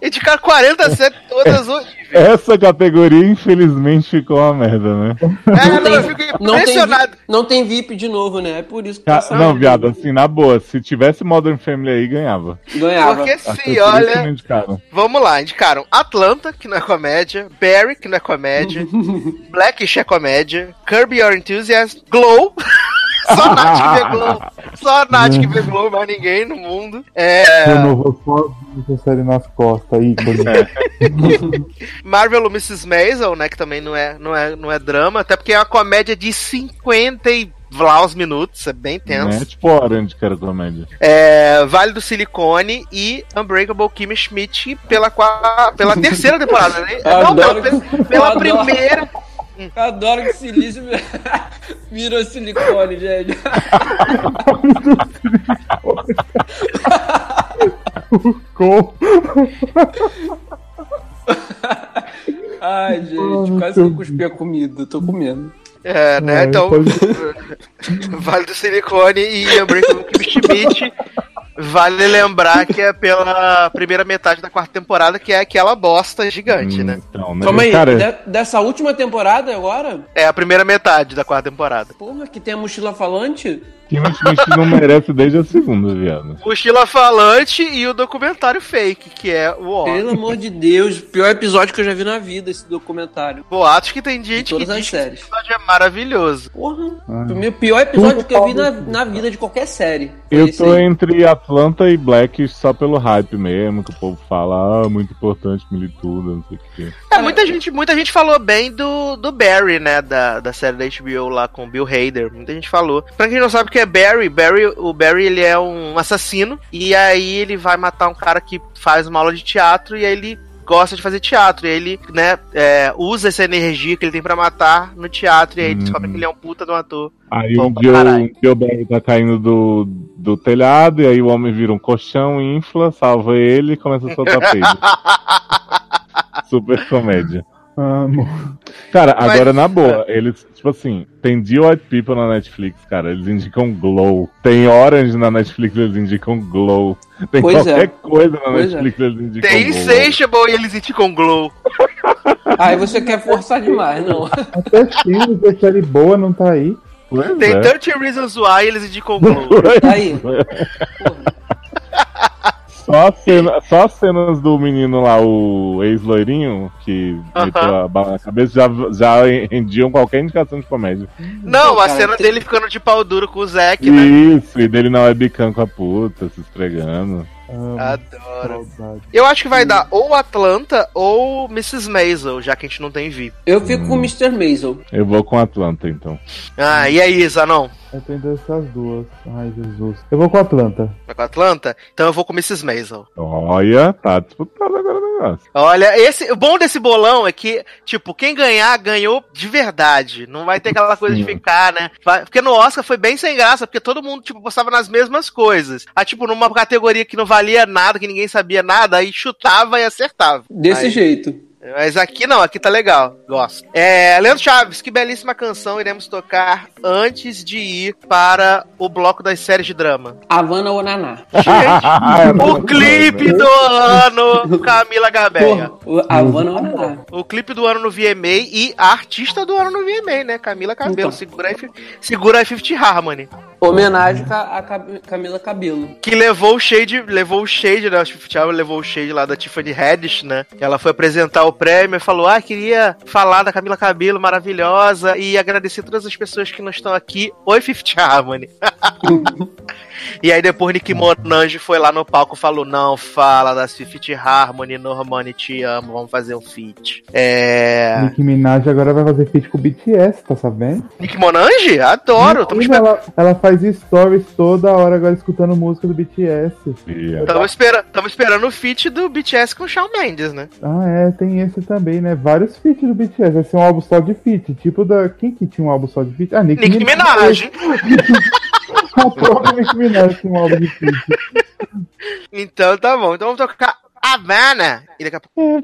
B: Indicar 40 séries,
D: É.
B: todas horríveis.
C: Essa categoria, infelizmente, ficou uma merda, né?
B: É, não, eu
D: tem-
B: fico
D: Não tem,
B: impressionado.
D: VIP, não tem VIP de novo, né? É por isso que
C: Ca-
D: tá
C: Não, viado, assim, na boa, se tivesse Modern Family aí, ganhava.
D: ganhava.
B: Porque
C: Acho
B: se
C: que é por isso
B: olha.
C: que não indicaram.
B: Vamos lá, indicaram Atlanta, que não é comédia, Barry, que não é comédia, Blackish é comédia, Curb Your Enthusiasm, Glow. Só a Nath que vê Glow. Só a Nath que vê Glow, mais ninguém no mundo. É,
E: Eu não vou só essa série nas costas,
C: É,
E: ícone.
C: né?
B: Marvel Mrs. Maisel, né, que também não é, não, é, não é drama, até porque é uma comédia de 50 e lá os minutos, é bem tenso.
C: Né? Tipo Orange, que era comédia.
B: É, vale do Silicone e Unbreakable Kim Schmidt pela, qua- pela terceira temporada, né? Não,
D: Adoro-
B: pela, pela
D: Adoro.
B: primeira.
D: Eu adoro que silício virou silicone, gente.
E: Com.
D: Ai, gente, quase que eu cuspi a comida, tô com medo.
B: É, né?
E: É,
B: então,
E: pode-
B: Vale do Silicone e lembrei que o Kimchi Beach. Vale lembrar que é pela primeira metade da quarta temporada, que é aquela bosta gigante, né?
C: Então, né?
D: Calma aí,
C: Cara,
D: de- dessa última temporada agora?
B: É a primeira metade da quarta temporada.
D: Porra, que tem a mochila falante?
C: Kimo Schmidt não merece desde a segunda, viado.
B: Mochila Falante e o documentário fake, que é o ó.
D: Pelo amor de Deus, pior episódio que eu já vi na vida, esse documentário.
B: Boatos que tem gente que
D: todas as
B: diz que
D: séries.
B: esse episódio é maravilhoso.
D: Porra,
C: Ah.
D: o pior episódio que eu vi na, na vida de qualquer série. Foi
C: Eu
D: esse
C: tô
D: aí.
C: entre Atlanta e Black só pelo hype mesmo, que o povo fala, ah, muito importante, militudo, não sei o quê.
B: É, muita gente, muita gente falou bem do, do Barry, né? Da, da série da HBO lá com o Bill Hader. Muita gente falou. Pra quem não sabe o que é Barry, Barry, o Barry ele é um assassino. E aí ele vai matar um cara que faz uma aula de teatro e aí ele gosta de fazer teatro. E aí ele, né, é, usa essa energia que ele tem pra matar no teatro. E aí
C: Hum.
B: descobre que ele é um puta de um ator.
C: Aí
B: Bom
C: um
B: pra
C: dia, o-
B: caralho.
C: um dia o Barry tá caindo do, do telhado, e aí o homem vira um colchão, infla, salva ele e começa a soltar peido. Super comédia.
E: Amo.
C: Cara,
B: Mas-
C: agora
D: é.
C: na boa, eles, tipo assim, tem Deal White People na Netflix, cara, eles indicam Glow. Tem Orange na Netflix, eles indicam Glow. Tem
D: Pois
C: qualquer
D: é.
C: coisa na
D: Pois
C: Netflix, eles indicam
B: Tem
C: Glow.
B: Insatiable e eles indicam Glow.
D: Aí você quer forçar demais, não.
E: Até filmes da série boa não tá aí.
C: Pois
B: Tem
C: é.
B: 30 Reasons Why e eles indicam Glow.
D: Aí,
C: Só, as cena- só as cenas do menino lá, o ex-loirinho, que meteu a bala na cabeça, já, já rendiam qualquer indicação de comédia.
B: Não, a
D: Cara,
B: cena
D: tem-
B: dele ficando de pau duro com o Zack, né?
C: Isso, e dele na webcam com a puta, se esfregando.
E: Amo.
B: Adoro.
E: Saudade.
B: Eu acho que vai dar ou Atlanta ou Mrs. Maisel, já que a gente não tem VIP.
D: eu fico com o Mr. Maisel.
C: Eu vou com Atlanta, então.
B: Ah, e aí, Zanon?
E: Eu tô entre essas duas. Ai, Jesus. Eu vou com a Atlanta.
B: Vai com Atlanta? Então eu vou com Mrs. Maisel.
C: Olha, tá disputado agora o negócio.
B: Olha, esse, o bom desse bolão é que, tipo, quem ganhar, ganhou de verdade. Não vai ter aquela coisa de
C: Sim.
B: ficar, né? Vai- Porque no Oscar foi bem sem graça, porque todo mundo, tipo, postava nas mesmas coisas. Ah, tipo, numa categoria que não valia nada, que ninguém sabia nada, aí chutava e acertava.
D: Desse
B: Aí-
D: jeito.
B: Mas aqui não, aqui tá legal. Gosto. É, Leandro Chaves, que belíssima canção iremos tocar antes de ir para o bloco das séries de drama.
D: Havana ou Naná.
B: Gente, o clipe do ano, Camila Gabeia.
D: Porra, o- Havana ou Naná.
B: O clipe do ano no VMA e a artista do ano no VMA, né? Camila Cabelo.
D: Então.
B: Segura, aí, fi- segura aí 50 Harmony.
D: Homenagem a, a Cab- Camila Cabelo.
B: Que levou o shade, levou o shade, né? Acho que o Thiago levou o shade lá da Tiffany Haddish, né? Ela foi apresentar o prêmio e falou: Ah, queria falar da Camila Cabelo, maravilhosa, e agradecer todas as pessoas que não estão aqui. Oi, Fifth Harmony. e aí depois Nick Monange foi lá no palco e falou: Não, fala da Fifth Harmony, Normani, te amo, vamos fazer um feat. É.
E: Nicki Minaj agora vai fazer feat com o BTS, tá sabendo?
B: Nick Monange? Adoro, estamos
E: Inclusive, ela, ela faz stories toda hora agora escutando música do BTS.
B: esperando. Tamo esperando o feat do BTS com o Shawn Mendes, né?
E: Ah, é, tem esse também, né? Vários feats do BTS. Vai ser um álbum só de feat. Tipo da. Quem que tinha um álbum só de feat? Ah, Nicki,
B: Nick Minaj.
E: A própria Nicki Minaj tinha um álbum de feat.
B: Então tá bom. Então vamos tocar Havana. E daqui a pouco.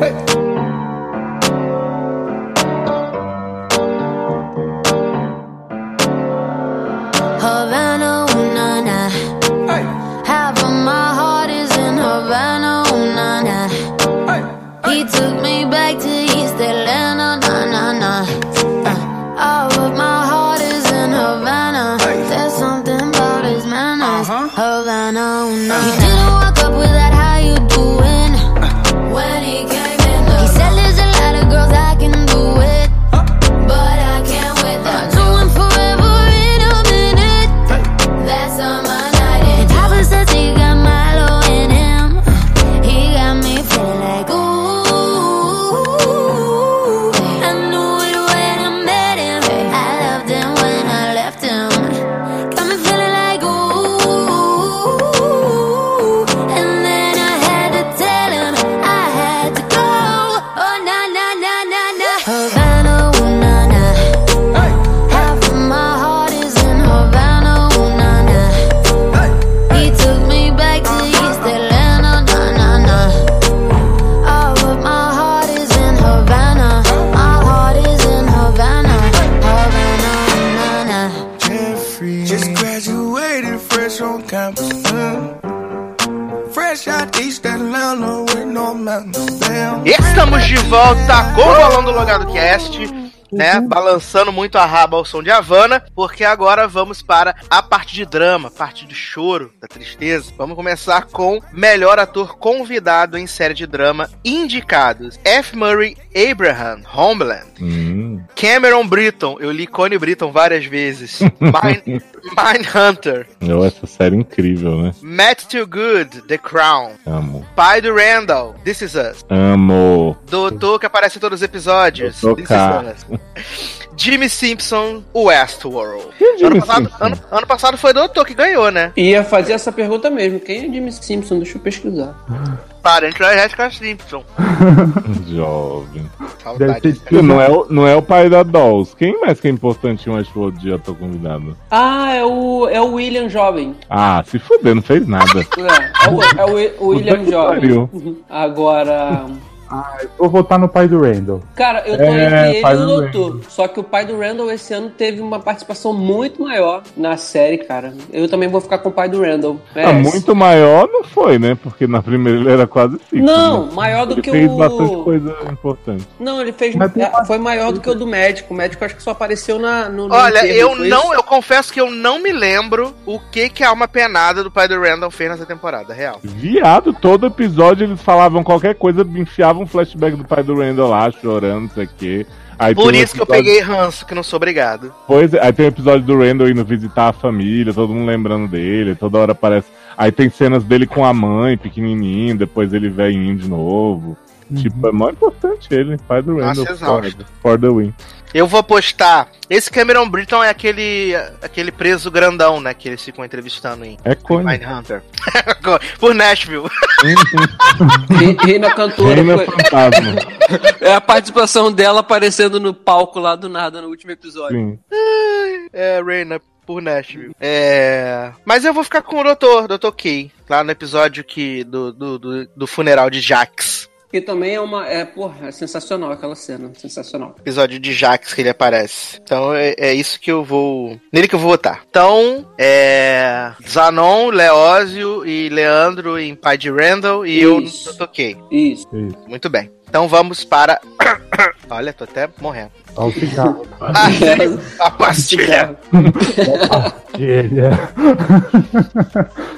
E: é
H: Havana, ooh, nah, nah. Half of my heart is in Havana, ooh, nah, nah. He took me back to East Atlanta, nah, nah, nah. Uh, all of my heart is in Havana. There's something about his manners. oh, Havana, ooh, nah. He didn't walk up with that, how you doing? When he came in, Oh, oh, Oh,
B: Estamos de volta com o Balão do Logado Cast, né? Balançando muito a raba ao som de Havana, porque agora vamos para a parte de drama, parte do choro, da tristeza. Vamos começar com melhor ator convidado em série de drama indicados: F. Murray Abraham, Homeland.
C: Hum.
B: Cameron Britton, eu li Connie Britton várias vezes. Mine, Hunter,
C: Eu acho essa série incrível, né?
B: Matt Too Good, The Crown.
C: Amo.
B: Pai do Randall, This Is Us.
C: Amo.
B: Doutor que aparece em todos os episódios.
C: Doutor K.
B: Us. Jimmy Simpson, Westworld.
C: Jimmy
B: ano, passado,
C: Simpson?
B: ano- ano passado foi Doutor que ganhou, né?
D: Ia fazer essa pergunta mesmo. Quem é Jimmy Simpson? Deixa eu pesquisar.
B: Parente da Jessica Simpson.
C: Jovem.
E: Deve
B: Saudades.
E: ser
C: Não é, o, não é o pai da Dolls. Quem mais que é importante em Westworld de ator convidado?
D: Ah, é o, é o William Jovem.
C: Ah, se fuder, não fez nada. Tá
D: É, é o, é o Wi- o William
C: Puta que
D: Jovem.
C: pariu.
D: Agora.
E: Vou votar no pai do Randall.
D: Cara, eu tô
C: É,
D: entre ele e
C: pai
D: o
C: do
D: doutor. Só que o pai do Randall esse ano teve uma participação muito maior na série, cara. Eu também vou ficar com o pai do Randall. É.
C: Ah,
D: Merece.
C: muito maior não foi, né? Porque na primeira ele era quase fixo.
D: Não,
C: né?
D: maior do
C: Ele
D: que
C: fez
D: o.
C: bastante coisa importante.
D: Não, ele fez.
E: Mas tem
D: é, Foi maior do que o do médico. O médico acho que só apareceu na. No, no
B: Olha,
D: enterro,
B: eu
D: foi
B: não,
D: isso?
B: eu confesso que eu não me lembro o que que a alma penada do pai do Randall fez nessa temporada, real.
C: Viado, todo episódio eles falavam qualquer coisa, enfiavam um flashback do pai do Randall lá, chorando, não sei o quê. Aí
B: Por
C: tem um
B: isso que eu
C: episódio-
B: peguei ranço, que não sou obrigado.
C: Pois é, aí tem o episódio do Randall indo visitar a família, todo mundo lembrando dele, toda hora aparece. Aí tem cenas dele com a mãe, pequenininho, depois ele velhinho de novo.
E: Uhum.
C: Tipo, é mó importante ele, pai do
B: Nossa,
C: Randall.
B: exausto.
C: for the win.
B: Eu vou postar. Esse Cameron Britton é aquele, aquele preso grandão, né? Que eles ficam entrevistando em
C: É cone.
B: Mindhunter. Por Nashville.
D: Re- Reina cantora.
C: Reina
D: foi-
C: fantasma.
D: É a participação dela aparecendo no palco lá do nada no último episódio.
C: Sim.
B: É, Reina, por Nashville. É. Mas eu vou ficar com o doutor, doutor Key, lá no episódio que, do, do, do, do funeral de Jax.
D: Que também é uma. É, porra, é sensacional aquela cena. Sensacional.
B: Episódio de Jax que ele aparece. Então é, é isso que eu vou. Nele que eu vou votar. Então, é. Zanon, Leózio e Leandro em pai de Randall e eu no
D: Isso.
B: doutor Key.
D: Isso.
B: Muito bem. Então vamos para. Olha, tô até morrendo.
E: Olha o cigarro.
D: É,
B: A pastilha.
E: Ele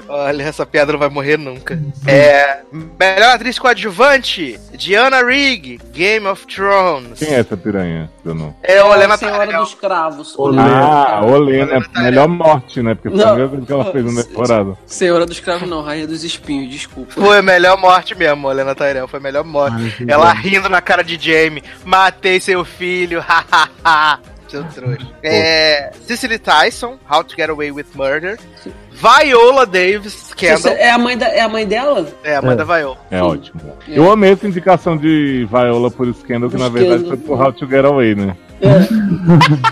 B: Olha, essa piada não vai morrer nunca. É. Melhor atriz coadjuvante: Diana Rigg, Game of Thrones.
C: Quem é essa piranha? Eu não.
B: É
D: a
B: Olena
D: Senhora
B: Tyrell.
D: dos Cravos.
C: Ah, Olena,
B: Olena Tarefa.
C: melhor morte, né? Porque foi
D: Não.
C: a primeira coisa que ela fez na temporada.
D: Senhora dos Cravos, não, Rainha dos Espinhos, desculpa.
B: Foi a melhor morte mesmo, Olena Tyrell. Foi a melhor morte. Ela rindo na cara de Jamie. Matei seu filho. hahaha. Seu trouxa. É. Cicely Tyson, How to Get Away with Murder. Viola Davis,
D: Essa
B: Kendall.
D: É a mãe, da, é a mãe dela?
B: É, a mãe da Viola.
C: É ótimo. Eu amei essa indicação de Viola por Scandal, que na verdade foi
D: Scandal.
C: por How to Get Away, né?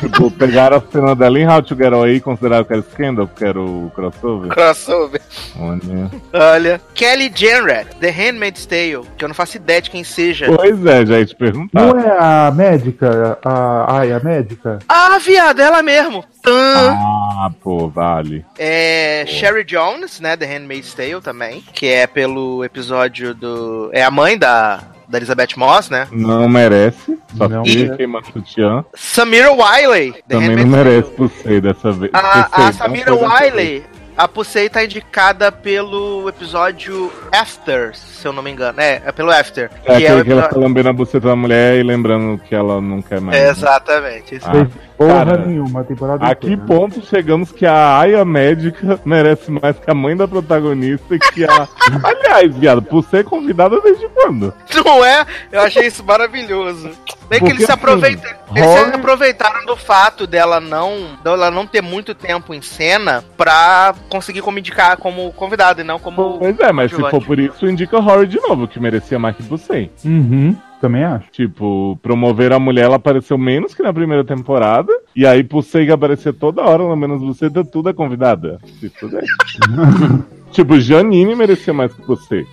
C: tipo, pegaram a cena dela em How to Get Away e consideraram que era Scandal, porque era o crossover.
B: Crossover.
C: Olha.
B: Olha. Kelly Jenrad, The Handmaid's Tale, que eu não faço ideia de quem seja.
C: Pois é, já ia te perguntar.
E: Não é a médica? A... Ai, a médica?
B: Ah, viado, ela mesmo. Tã.
C: Ah, pô, vale.
B: É Sherry Jones, né, The Handmaid's Tale também, que é pelo episódio do... É a mãe da, da Elizabeth Moss, né?
C: Não merece. Só
E: Não
C: que
E: merece.
C: queimando sutiã
B: Samira Wiley, The
C: também não é
B: Handmaid's
C: merece
B: Tale.
C: por ser dessa vez. Por ser,
B: A, a
C: não
B: Samira
C: foi dessa vez.
B: Wiley, a Pussei tá indicada pelo episódio After, se eu não me engano. É, é pelo After.
C: É
B: que é o
C: aquele que ela tá
B: episódio-
C: lambendo a buceta da mulher e lembrando que ela não quer mais.
B: É, Exatamente. isso.
C: Ah,
E: Fez porra
C: cara,
E: é nenhuma, a temporada
C: A que
E: inteira. né?
C: ponto chegamos que a Aya médica merece mais que a mãe da protagonista e que a. Aliás, viado, por ser convidada desde quando?
B: Não é? Eu achei isso maravilhoso. Bem que
C: Porque,
B: eles se
C: assim,
B: aproveitaram. Eles
C: rola-
B: se aproveitaram do fato dela não, dela não ter muito tempo em cena pra conseguir como indicar como convidado e não como.
C: Pois é, mas se
B: Coadjuvante.
C: for por isso, indica Horror de novo, que merecia mais que Bussei.
E: Uhum, também acho.
C: Tipo, promover a mulher, ela apareceu menos que na primeira temporada. E aí, por ser que aparecer toda hora, pelo menos buceta, tudo é convidada. Se fuder. tipo, Janine merecia mais que você.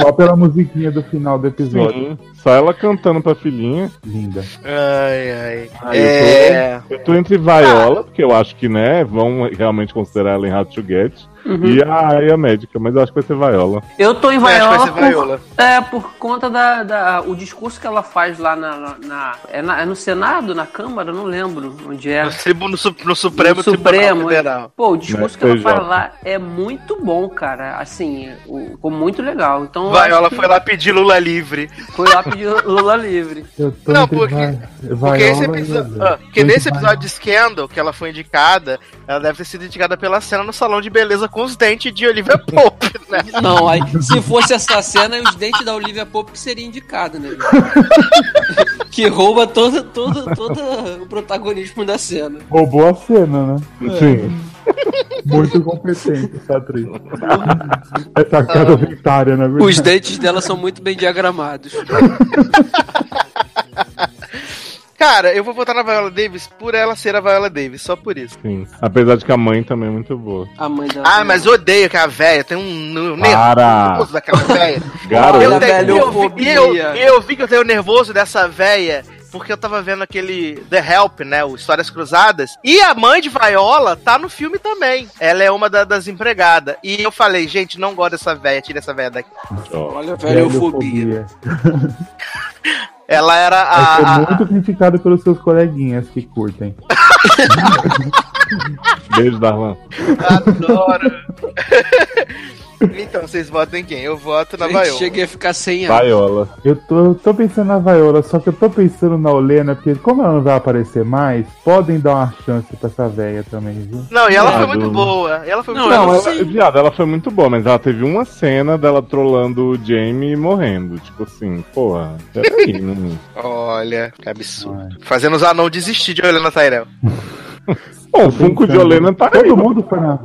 E: Só pela musiquinha do final do episódio.
C: Sim. Só ela cantando pra filhinha.
E: Linda.
B: Ai, ai.
C: Ah, eu
B: é.
C: Eu tô entre Viola, porque eu acho que, né, vão realmente considerar ela em How to Get, E, a, e a médica, mas eu acho que vai ser Viola.
D: Eu tô em
B: Eu É, acho que vai
D: Vaiola
B: ser
D: por,
B: Viola.
D: é, por conta da, da- o discurso que ela faz lá na, na- na- é na- é no Senado, na Câmara, Eu não lembro onde é.
B: No, tribu- no Su- no Supremo
D: No
B: Tribunal
D: Supremo, é.
B: Federal.
D: Pô, o discurso que ela
C: STJ.
D: faz lá é muito bom, cara. Assim, o- ficou muito legal. Então, eu
B: Viola
D: acho que
B: foi lá pedir Lula livre.
D: foi lá pedir Lula livre.
E: Eu tô
B: Não,
E: entre
B: porque-
E: vai-
B: Porque, esse
C: é
E: Viola e
B: episódio,
E: Vaiola.
B: ah, porque nesse
E: Vai-
B: episódio de Scandal, que ela foi indicada, ela deve ter sido indicada pela cena no salão de beleza com os dentes de Olivia Pope, né?
D: Não, aí, se fosse essa cena, os dentes da Olivia Pope que seria indicado, né? que rouba todo, todo, todo o protagonismo da cena.
E: Roubou a cena, né?
C: Sim.
E: Muito competente essa atriz. essa cara otária, na verdade.
D: Os dentes dela são muito bem diagramados.
B: Cara, eu vou votar na Viola Davis por ela ser a Viola Davis, só por isso.
C: Sim. Apesar de que a mãe também é muito boa.
D: A mãe dela.
B: Ah, mas odeio aquela véia, tem um nervoso
C: Para!
B: daquela véia.
C: Garoto!
D: Olha,
B: Eu, tenho-
D: velho,
B: eu, vi,
D: fobia.
B: eu, eu vi que eu tenho nervoso dessa véia, porque eu tava vendo aquele The Help, né? O Histórias Cruzadas. E a mãe de Viola tá no filme também. Ela é uma da- das empregadas. E eu falei, gente, não gosto dessa véia, tira essa véia daqui.
C: ó.
D: Olha,
B: é
D: velho,
E: É
D: eufobia.
B: Ela era a.
E: Vai
B: a-
E: ser muito criticado pelos seus coleguinhas que curtem.
C: Beijo, Darlan.
B: Adoro. então, vocês votam em quem? Eu voto na
D: Gente,
B: Viola.
D: cheguei a ficar sem ar.
C: Viola.
E: Eu tô, eu tô pensando na Viola, só que eu tô pensando na Olena, porque como ela não vai aparecer mais, podem dar uma chance pra essa véia também, viu?
B: Não, e ela foi
C: Adoro.
B: muito boa. Ela foi
D: Não,
B: muito
D: ela-
B: boa.
C: Não,
D: sei.
C: ela, viado, ela foi muito boa, mas ela teve uma cena dela trolando o Jamie e morrendo. Tipo assim, porra, peraí, não.
B: Olha, que absurdo. Fazendo os anão desistir de olhando a Tyrell.
C: Bom, o Funko de
E: Pensando.
C: Olena tá aí.
E: Todo mundo foi na.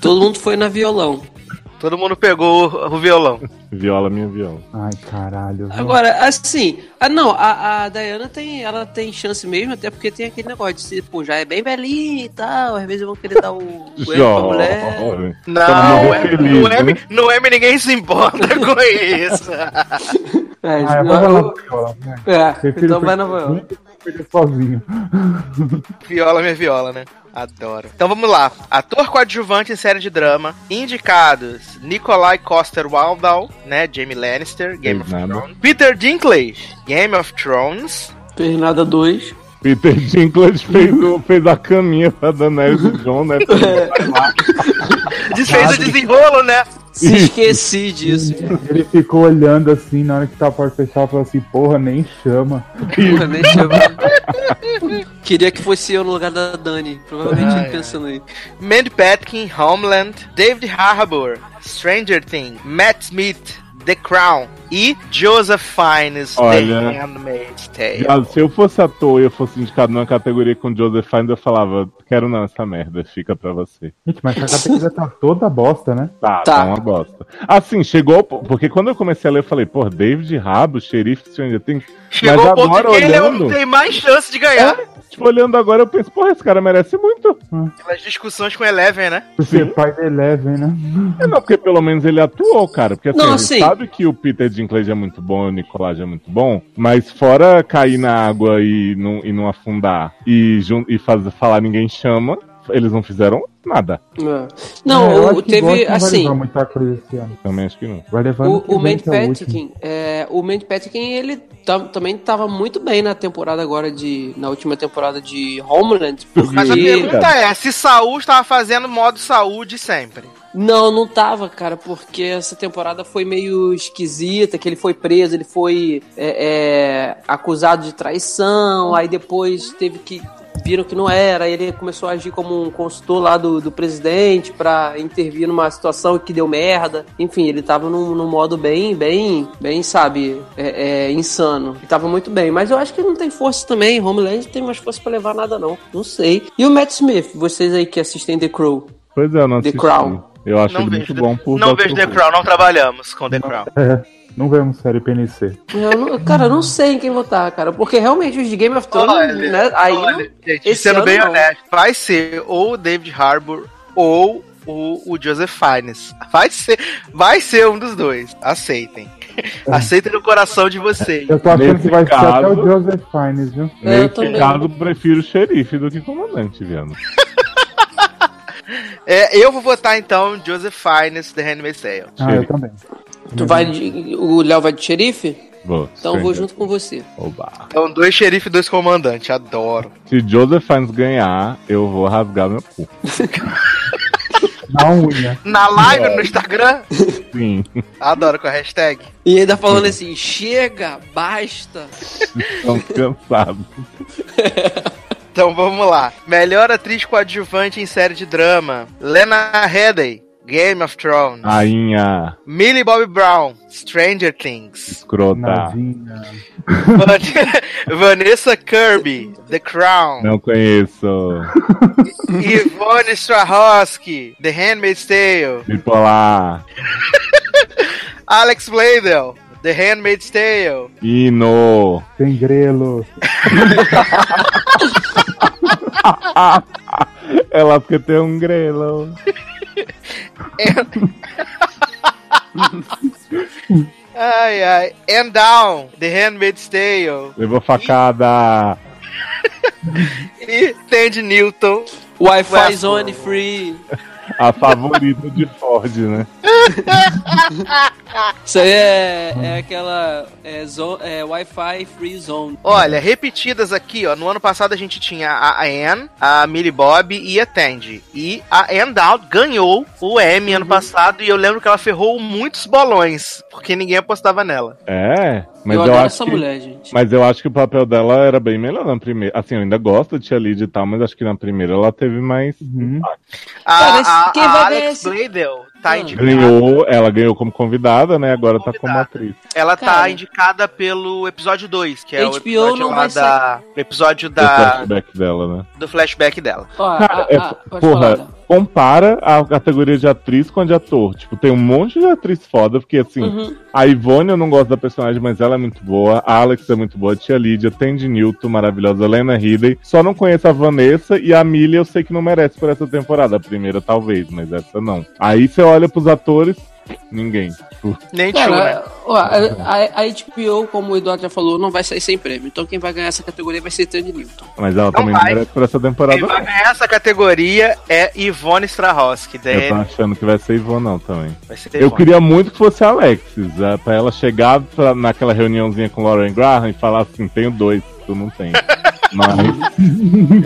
D: Todo mundo foi na violão.
B: Todo mundo pegou o, o violão.
C: Viola, minha viola.
E: Ai, caralho. viu?
D: Agora, assim, ah, não, a, a Dayana tem, ela tem chance mesmo, até porque tem aquele negócio de se, pô, já é bem belinha e tal, às vezes vão querer dar o o erro pra mulher.
C: Jovem.
B: Não,
C: é
B: é-
C: feliz,
B: no, M,
C: né?
B: no M ninguém se importa com isso.
D: É,
E: Ah,
D: não,
E: vai lá,
D: eu-
E: Viola. né?
D: é,
E: Prefiro
D: então vai
E: perder-
D: na Viola.
E: perder sozinho.
B: Viola, minha viola, né? Adoro. Então vamos lá. Ator coadjuvante em série de drama. Indicados: Nikolai Coster Waldau, né? Jamie Lannister, Game of
C: Nada.
B: Thrones. Peter Dinklage, Game of Thrones.
D: Fez nada dois.
C: Peter Dinklage fez, o- fez a caminha pra Daenerys e John, né?
B: Diz- Fez o desenrolo, né?
D: Se esqueci disso.
E: Ele ficou olhando assim, na hora que tá a porta fechada, falou assim, porra, nem chama.
D: Porra, nem chama. Queria que fosse eu no lugar da Dani. Provavelmente
E: Ah, é.
D: ele pensando aí.
B: Mandy Patkin, Homeland. David Harbour, Stranger Things. Matt Smith, The Crown. E Joseph Fiennes,
C: Olha.
B: The Handmaid's Tale.
C: Viado, se eu fosse ator e eu fosse indicado numa categoria com Joseph Fiennes, eu falava, quero não essa merda, fica pra você.
E: Gente, mas essa categoria tá toda bosta, né?
C: Tá,
D: Tá.
C: tá, uma bosta. Assim, chegou. ao po- Porque quando eu comecei a ler, eu falei, pô, David Rabo, xerife, Stranger Things.
B: Chegou
C: mas
B: o ponto
C: agora
B: que ele é o-
C: olhando.
B: tem mais chance de ganhar.
C: Tipo, olhando agora, eu penso, porra, esse cara merece muito.
B: Pelas discussões com Eleven, né?
E: Porque
C: Sim.
E: faz Eleven, né?
C: É, não, porque pelo menos ele atuou, cara. Porque assim,
D: Não,
C: a gente
D: sim.
C: sabe que o Peter Dinklage é muito bom, o Nicolás é muito bom, mas fora cair na água e não, e não afundar e, jun- e fazer, falar ninguém chama, eles não fizeram nada.
D: Não,
E: É, eu acho
D: o-
E: que Gordon
D: teve,
E: não Vai
D: assim,
E: levar muita coisa esse ano.
C: Também acho que não.
E: Vai levar ano que
D: O, o
E: vem,
D: Mandy
E: que é o último.
D: Patinkin, é, o Mandy Patinkin, ele tam- também tava muito bem na temporada agora de, na última temporada de Homeland,
B: Mas a
D: porque...
B: pergunta é se Saul estava fazendo modo saúde sempre.
D: Não, não tava, cara, porque essa temporada foi meio esquisita, que ele foi preso, ele foi é, é, acusado de traição, aí depois teve que... Viram que não era, aí ele começou a agir como um consultor lá do, do presidente pra intervir numa situação que deu merda. Enfim, ele tava num, num modo bem, bem, bem, sabe, é, é, insano. E tava muito bem. Mas eu acho que não tem força também. Homeland tem mais força pra levar nada, não. Não sei. E o Matt Smith, vocês aí que assistem The Crow.
C: Pois é, eu não
D: The
C: assisti.
D: Crown.
C: Eu acho
B: não
C: ele
B: vejo,
C: muito bom por
B: não
C: Dr.
B: vejo The
C: Who.
B: Crown, não trabalhamos com The Crown.
E: É, não vemos série PNC.
D: Eu não- cara, eu não sei em quem votar, cara. Porque realmente os de Game of Thrones,
B: Olha,
D: né? Aí.
B: olha, gente,
D: esse
B: sendo
D: ano
B: bem
D: não.
B: honesto, vai ser ou o David Harbour ou o, o Joseph Fiennes. Vai ser, vai ser um dos dois. Aceitem. Aceitem no coração de vocês.
E: Eu tô achando
C: Nesse
E: que vai ser até
C: caso-
E: o Joseph Fiennes, viu?
D: É, eu
C: Nesse
D: também.
C: caso, prefiro xerife do que comandante, viado.
B: É, eu vou votar então Joseph Fiennes, The Handmaid's Tale.
E: Ah, eu também.
D: Tu vai de, o Léo vai de xerife?
C: Vou,
D: Então eu vou
C: sim.
D: junto com você.
C: Oba.
B: Então, dois xerife e dois comandantes, adoro.
C: Se Joseph Fiennes ganhar, eu vou rasgar meu cu.
E: Na unha.
B: Na live, no Instagram,
C: Sim.
B: adoro com a hashtag.
D: E ainda falando assim, chega, basta.
C: Estão cansados.
B: Então vamos lá. Melhor atriz coadjuvante em série de drama: Lena Headey, Game of Thrones.
C: Ah. Rainha,
B: Millie Bobby Brown, Stranger Things.
E: Tá.
C: escrota.
E: Nadinha.
B: Van- Vanessa Kirby, The Crown.
C: Não conheço.
B: Yvonne Strahovski, The Handmaid's Tale.
C: Bipolar.
B: Alex Bladel, The Handmaid's Tale.
C: Hino.
E: Tem grelo.
C: Ela porque tem um grelo.
B: Ai, ai. And Down, The Handmaid's Tale.
C: Levou facada.
B: E Tandy Newton.
D: Wi-Fi zone free.
C: A favorita de Ford, né?
D: Isso aí é, é aquela é, zo- é Wi-Fi free zone.
B: Olha, repetidas aqui, ó. No ano passado a gente tinha a Anne, a Millie Bob e a Tandy. E a Anne Down ganhou o Emmy ano passado e eu lembro que ela ferrou muitos bolões, porque ninguém apostava nela.
C: É. Mas
D: eu,
C: eu,
D: adoro
C: acho
D: essa
C: que...
D: mulher, gente.
C: Mas eu acho que o papel dela era bem melhor na primeira. Assim, eu ainda gosto de Tia Lid e tal, mas acho que na primeira ela teve mais.
E: Uhum.
B: A,
D: Cara, esse-
B: a-
D: quem
B: a
D: vai ganhar
B: Alex
D: esse-
B: Bladel tá
D: Ah.
B: indicada.
C: Ganhou, ela ganhou como convidada, né? Agora tá como atriz.
B: Ela tá
D: Cara.
B: indicada pelo episódio 2, que é o
D: HBO
B: episódio
D: não
B: lá
D: vai
B: da. o episódio
C: O
B: da,
C: flashback dela, né?
B: do flashback dela.
D: Ó, a-
C: Cara, é,
D: a- Ah, pode
C: porra,
D: falar. então. né? Dá.
C: compara a categoria de atriz com a de ator. Tipo, tem um monte de atriz foda, porque assim,
D: Uhum.
C: a Ivone eu não gosto da personagem, mas ela é muito boa. A Alex é muito boa, a Tia Lídia, Tandy Newton, maravilhosa, Lena Headey. Só não conheço a Vanessa e a Millie eu sei que não merece por essa temporada. A primeira talvez, mas essa não. Aí você olha pros atores, ninguém. Tipo,
B: Nem tio, né?
D: Cara, ó, a, a- a HBO, como o Eduardo já falou, não vai sair sem prêmio. Então quem vai ganhar essa categoria vai ser Tandy Newton.
C: mas ela também não
B: vai.
C: merece por essa temporada.
B: Quem vai
C: Não.
B: ganhar essa categoria é Ivone Strahovski. da
C: Eu tô
B: N-
C: achando que vai ser Ivone, não, também.
B: Vai ser
C: Eu
B: Ivone.
C: queria muito que fosse a Alexis, eh, pra ela chegar pra- naquela reuniãozinha com Lauren Graham e falar assim: tenho dois, tu não tem. Mas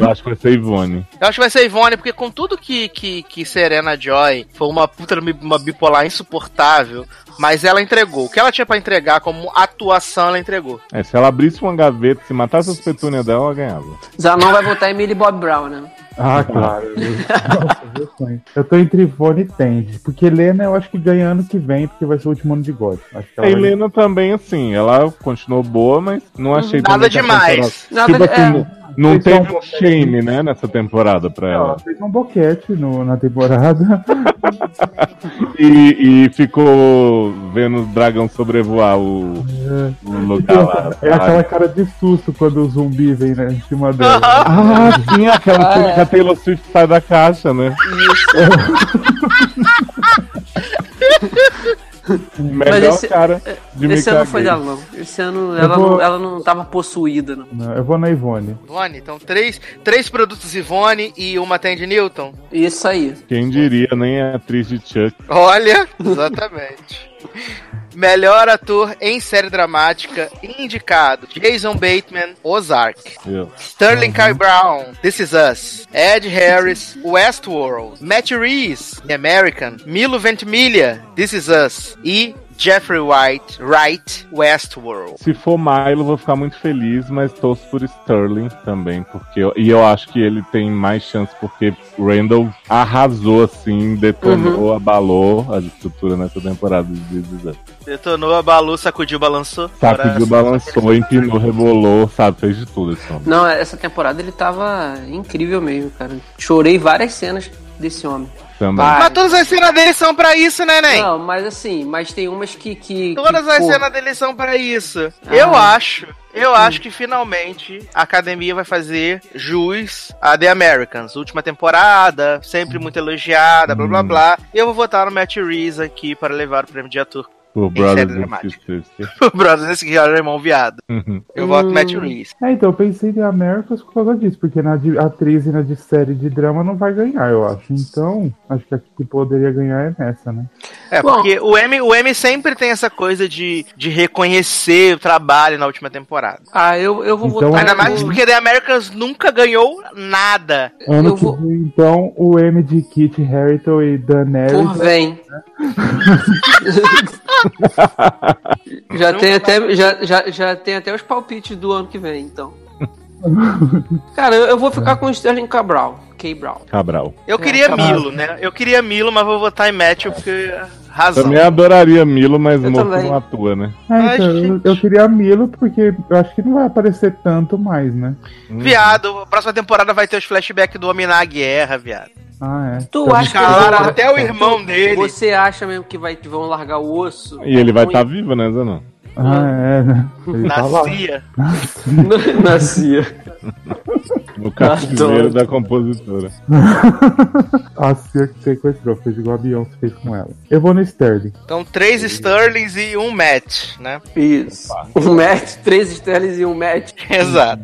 C: eu acho que vai ser Ivone.
B: Eu acho que vai ser Ivone, porque com tudo que, que, que Serena Joy foi uma puta de uma bipolar insuportável, mas ela entregou. O que ela tinha pra entregar como atuação, ela entregou.
C: É, se ela abrisse uma gaveta, se matasse as petúnias dela, ela ganhava.
D: Zanon vai votar em Millie Bob Brown, né?
E: Ah, claro. Nossa, meu sonho. Eu tô entre Ivone e Tandy. Porque Helena eu acho que ganha ano que vem, porque vai ser o último ano de God. Acho que
C: A
E: ela vai-
C: Helena também, assim, ela continuou boa, mas não achei
B: Nada
C: também que a temporada-
B: demais.
D: Uhum. Nada
C: Tipo
D: de- é.
C: assim, não, não
E: Vocês
C: teve
E: são
C: um shame, né, nessa temporada pra ela.
E: Ela fez um boquete no- na temporada.
C: E, e ficou vendo o dragão sobrevoar o, o lugar lá.
E: é aquela cara de susto quando o zumbi vem né, em cima dela.
C: Ah, sim, aquela
D: Ah,
C: coisa
D: é.
C: que a Taylor Swift sai da caixa, né? Melhor
D: Mas esse- é,
C: cara de me
D: Esse ano foi da
C: caguei.
D: Lão. Esse ano ela,
E: vou-
D: não, ela não tava possuída, não.
E: Não, Eu vou na Ivone.
B: Ivone, então três, três produtos Ivone e uma Tandy Newton.
D: Isso aí.
C: Quem diria, nem a atriz de Chuck.
B: Olha, exatamente. Melhor ator em série dramática indicado: Jason Bateman, Ozark,
C: Eu.
B: Sterling K. Brown, This Is Us, Ed Harris, Westworld, Matt Reeves, The American, Milo Ventimiglia, This Is Us e Jeffrey White, Wright, Westworld.
C: Se for Milo, vou ficar muito feliz, mas torço por Sterling também, porque eu- e eu acho que ele tem mais chance, porque Randall arrasou assim,
D: Uhum.
C: detonou, abalou a estrutura nessa temporada de This
B: Detonou, abalou, sacudiu, balançou.
C: Sacudiu,
D: é
C: balançou, empinou, rebolou, sabe? Fez de tudo esse homem.
D: Não, essa temporada ele tava incrível mesmo, cara. Chorei várias cenas desse homem.
C: Também.
D: Vai.
B: Mas todas as cenas dele são pra isso, né, Nen?
D: Não, mas assim, mas tem umas que. que
B: Todas
D: que,
B: as
D: pô,
B: cenas dele são pra isso. Eu acho, eu acho que finalmente a academia vai fazer jus a The Americans. Última temporada, sempre muito elogiada, blá blá blá. Eu vou votar no Matt Reeves aqui para levar o prêmio de ator
C: O
B: Brothers
C: Brothers
B: and
C: and Sisters.
B: é O Brothers nesse que já era irmão viado. Eu
D: Hum.
B: voto Matt Reeves.
E: É, então, eu pensei em Americas por causa disso, porque na de atriz e na de série de drama não vai ganhar, eu acho. Então, acho que a que poderia ganhar é nessa, né?
B: É,
D: Bom.
B: porque o M, o M sempre tem essa coisa de, de reconhecer o trabalho na última temporada.
D: Ah, eu, eu vou
E: Então,
C: é
D: votar.
B: Ainda
D: no-
B: mais porque The Americans nunca ganhou nada.
E: Ano
D: Eu
E: que
D: vou-
E: vem, então, o M de Kit Harington e
C: É
E: Daenerys.
D: Por vem. já, tem
B: tá
D: até, já, já, já tem até os palpites do ano que vem, então. Cara, eu, eu vou
C: É.
D: ficar com o Sterling Cabral. Cabral.
C: Cabral.
B: Eu
D: É,
B: queria
D: tá
B: Milo, né? Eu queria Milo, mas vou votar em Matthew porque razão.
C: Também é- adoraria Milo, mas
D: Eu
C: o moço
D: também.
C: não atua, né?
E: É, então,
B: Ai,
E: eu,
B: gente.
E: eu queria a Milo, porque eu acho que não vai aparecer tanto mais, né?
B: Hum. Viado, a próxima temporada vai ter os flashbacks do Homem na Guerra, viado. tá
E: Ah, é.
D: Tu
E: Então,
D: acha que-
B: Calaram até o irmão dele.
D: Você acha mesmo que vai, vão largar o osso?
C: E ele vai estar vivo, né, Zanon?
E: Ah, é, né? Ele tá lá.
B: Nascia.
D: Nascia.
C: No cativeiro
D: Adoro.
C: da compositora.
E: A Cia que sequestrou, fez igual a Beyoncé fez com ela. Eu vou no Sterling.
B: Então, três Sterlings e um Matt, né?
D: Isso. Um match, três estrelas e um match.
B: Exato.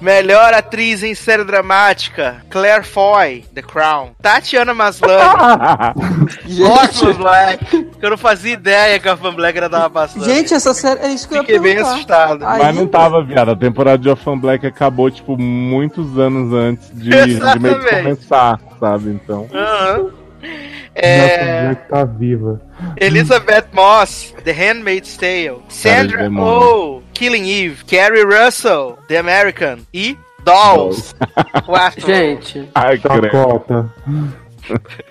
B: Melhor atriz em série dramática: Claire Foy, The Crown. Tatiana Maslany,
D: Ah,
B: Orphan Black. Que eu não fazia ideia que a Orphan Black era da uma passando.
D: Gente, essa série é isso que eu ia
B: fiquei bem
D: perguntar.
B: assustado.
D: Ai,
C: Mas não tava, viado. A temporada de Orphan Black acabou, tipo, muitos anos antes de, de meio que
B: Exatamente.
C: começar, sabe? Então.
B: Aham.
E: É...
B: É,
E: Nossa, que tá viva.
B: Elizabeth Moss, The Handmaid's Tale.
C: é
B: Sandra
C: demônio.
B: Oh, Killing Eve. Carrie Russell, The American. E Dolls. Quatro.
D: Gente,
C: Ai,
E: Tá
C: credo.
E: Chacota.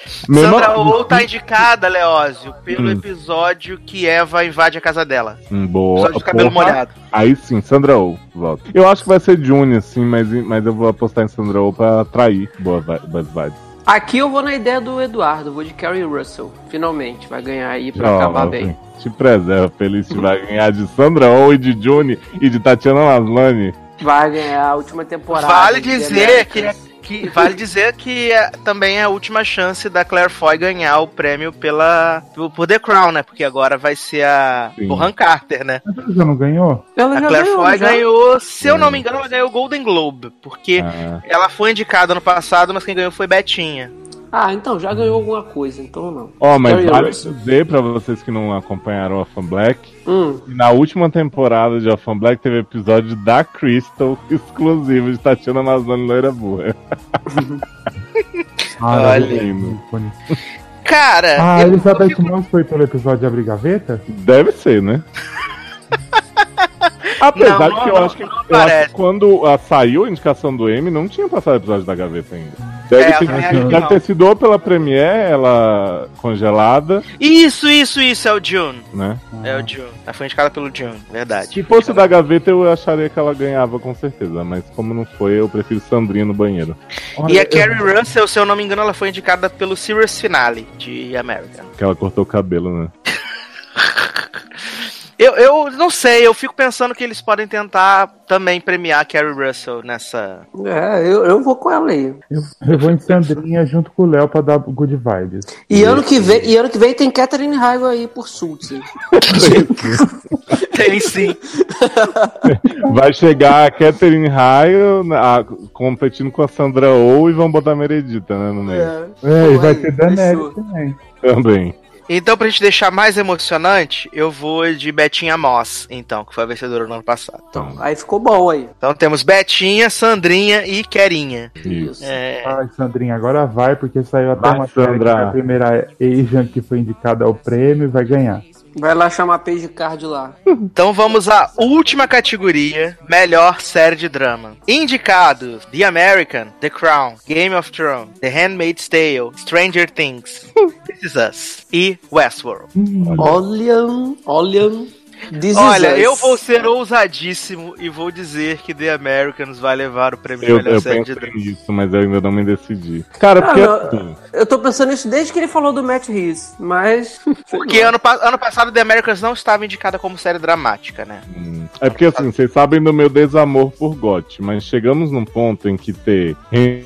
B: Sandra
C: Mesma-
B: Oh tá indicada, Leózio, pelo
C: Hum.
B: episódio que Eva invade a casa dela.
C: Hum, boa.
B: Episódio de cabelo
C: Porra.
B: molhado.
C: Aí sim, Sandra Oh, volta. Eu acho que vai ser June, assim, mas, mas eu vou apostar em Sandra Oh pra atrair boa vi- boas vibes.
D: aqui eu vou na ideia do Eduardo, vou de Carrie Russell. Finalmente, vai ganhar aí pra
C: Ó,
D: acabar bem.
C: Te preserva, feliz que vai ganhar de Sandra Oh e de June e de Tatiana Maslany.
D: Vai ganhar a última temporada.
B: Vale
D: de
B: dizer que,
D: Americans.
B: que- vale dizer que é- também é a última chance da Claire Foy ganhar o prêmio pela por, por The Crown, né? Porque agora vai ser a
C: Sim.
B: Burhan Carter, né?
E: Ela já não ganhou?
D: Ela
B: A
D: já
B: Claire
D: ganhou, né?
B: Foy
D: já.
B: ganhou, se eu não me
C: Sim.
B: engano, ela ganhou o Golden Globe, porque
C: Ah,
B: ela foi indicada no passado, mas quem ganhou foi Betinha.
D: Ah, então já ganhou alguma coisa, então não.
C: Ó, mas
D: Carrie
C: vale
D: Russell.
C: dizer pra vocês que não acompanharam a Fan Black.
D: Hum,
C: que Na última temporada de Orphan Black teve episódio da Crystal exclusivo de Tatiana Maslany Loira Burra.
B: Olha.
E: lindo.
B: Cara,
E: Ah, a
B: eu-
E: Elizabeth
B: eu fico-
E: Moss foi pelo episódio de Abrir Gaveta?
C: Deve ser, né? Apesar
B: Não,
C: de que eu
B: não,
C: acho que,
B: não
C: eu acho
B: parece.
C: que quando ah, saiu a indicação do M, não tinha passado o episódio da gaveta ainda. Deve,
B: É, eu
C: ter,
B: também acho que
C: deve
B: não.
C: ter sido ou pela Premiere, ela congelada,
B: Isso, isso, isso, é o June.
C: né?
B: É o June. Ela foi indicada pelo June, verdade.
C: Se fosse da gaveta, eu acharia que ela ganhava com certeza, mas como não foi, eu prefiro Sandrinha no banheiro.
B: E
E: Olha,
B: a Carrie Russell, se eu não me engano, ela foi indicada pelo Series Finale de American.
C: Que ela cortou o cabelo, né?
B: Eu, eu não sei, eu fico pensando que eles podem tentar também premiar a Carrie Russell nessa.
D: é, eu, eu vou com ela aí.
E: Eu, eu vou em Sandrinha junto com o Léo pra dar good vibes.
D: E ano que vem, e ano que vem tem Catherine Heigl aí por Schultz. hein?
B: Tem sim.
C: Vai chegar a Catherine Raio competindo com a Sandra Oh e vão botar a Meredita, né, no meio.
E: É, e
D: Pô,
E: vai
D: aí,
E: ter Daenerys
D: fechou.
E: também.
C: Também.
B: Então, pra gente deixar mais emocionante, eu vou de Betinha Moss, então, que foi a vencedora no ano passado.
C: Então,
D: Aí ficou bom aí.
B: Então temos Betinha, Sandrinha e Querinha.
C: isso.
B: É,
E: Ai, Sandrinha, agora vai, porque saiu até
C: Vai,
E: uma série que
C: Sandra.
E: foi a primeira Asian que foi indicada ao prêmio e vai ganhar.
D: Vai lá chamar a Paige Card lá.
B: Então vamos à última categoria: Melhor série de drama. Indicados: The American, The Crown, Game of Thrones, The Handmaid's Tale, Stranger Things, This Is Us e Westworld.
D: Olha, olha. This is
B: Olha,
D: us.
B: eu vou ser ousadíssimo e vou dizer que The Americans vai levar o prêmio
C: Eu,
B: de melhor
C: eu
B: série de
C: pensei
B: drama.
C: nisso, mas eu ainda não me decidi. Cara, porque
D: Ah, não.
C: assim,
D: Eu tô pensando nisso desde que ele falou do Matt Reeves, mas.
B: Porque ano, pa- ano passado The Americans não estava indicada como série dramática, né?
C: hum, É porque assim, vocês sabem do meu desamor por GOT, mas chegamos num ponto em que ter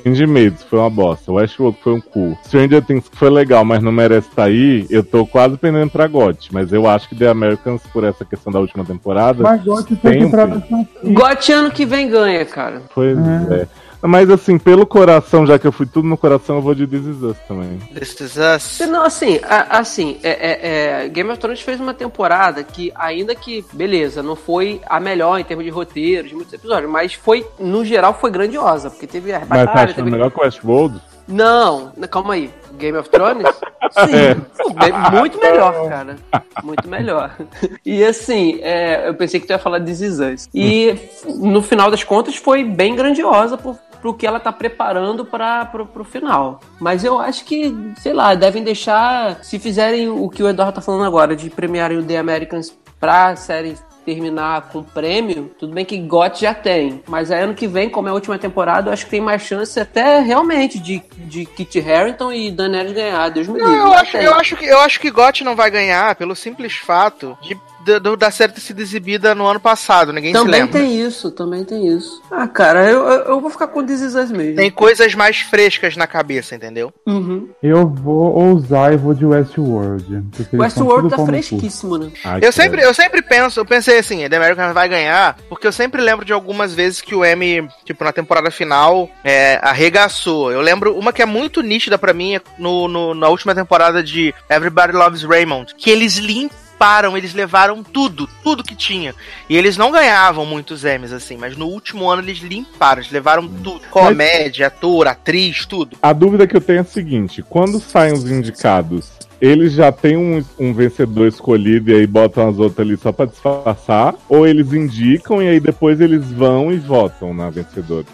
C: rendimentos foi uma bosta, Westworld foi um cu, Stranger Things que foi legal, mas não merece estar aí, eu tô quase pendendo pra GOT, mas eu acho que The Americans, por essa questão da última temporada,
E: Mas gosto de
C: tem um
E: ter pra
C: fim.
D: Gote ano que vem ganha, cara.
C: Pois é. Mas assim, pelo coração, já que eu fui tudo no coração, eu vou de This Is Us também.
B: This is us.
D: Não, assim, a- assim é, é- é, Game of Thrones fez uma temporada que, ainda que, beleza, não foi a melhor em termos de roteiro, de muitos episódios, mas foi, no geral, foi grandiosa, porque teve a
C: Mas tá
D: batalha,
C: achando
D: teve...
C: melhor que Westworld?
D: Não, n- calma aí. Game of Thrones? Sim. Bem- Muito melhor, cara. Muito melhor. E assim, é, eu pensei que tu ia falar de Us. E f- no final das contas foi bem grandiosa pro, pro que ela tá preparando pra, pro, pro final. Mas eu acho que, sei lá, devem deixar. Se fizerem o que o Eduardo tá falando agora, de premiarem o The Americans pra série terminar com prêmio, tudo bem que GOT já tem, mas aí ano que vem, como é a última temporada, eu acho que tem mais chance até realmente de, de Kit Harington e Daenerys ganhar, Deus me livre.
B: Não, eu
D: mas
B: acho,
D: tem.
B: eu acho que eu acho que GOT não vai ganhar pelo simples fato de, do- do- da série ter sido exibida no ano passado, ninguém se
D: Também
B: lembra. Tem...
D: tem isso, também tem isso. Ah, cara, eu, eu, eu vou ficar com This Is Us mesmo.
B: coisas mais frescas na cabeça, entendeu?
D: Uhum.
E: Eu vou ousar e vou de Westworld. porque eles são
D: Westworld
E: tudo
D: tá
E: pau no cu.
D: fresquíssimo, né?
C: Ai,
B: Eu
C: credo.
B: sempre, eu sempre penso, eu pensei assim, The American vai ganhar, porque eu sempre lembro de algumas vezes que o M, tipo, na temporada final, é, arregaçou. Eu lembro uma que é muito nítida pra mim é no, no- na última temporada de Everybody Loves Raymond, que eles limparam, eles levaram tudo, tudo que tinha. E eles não ganhavam muitos M's, assim, mas no último ano eles limparam, eles levaram tudo. Comédia, ator, atriz, tudo.
C: A dúvida que eu tenho é a seguinte: quando saem os indicados, eles já têm um, um vencedor escolhido e aí botam as outras ali só pra disfarçar? Ou eles indicam e aí depois eles vão e votam na vencedora?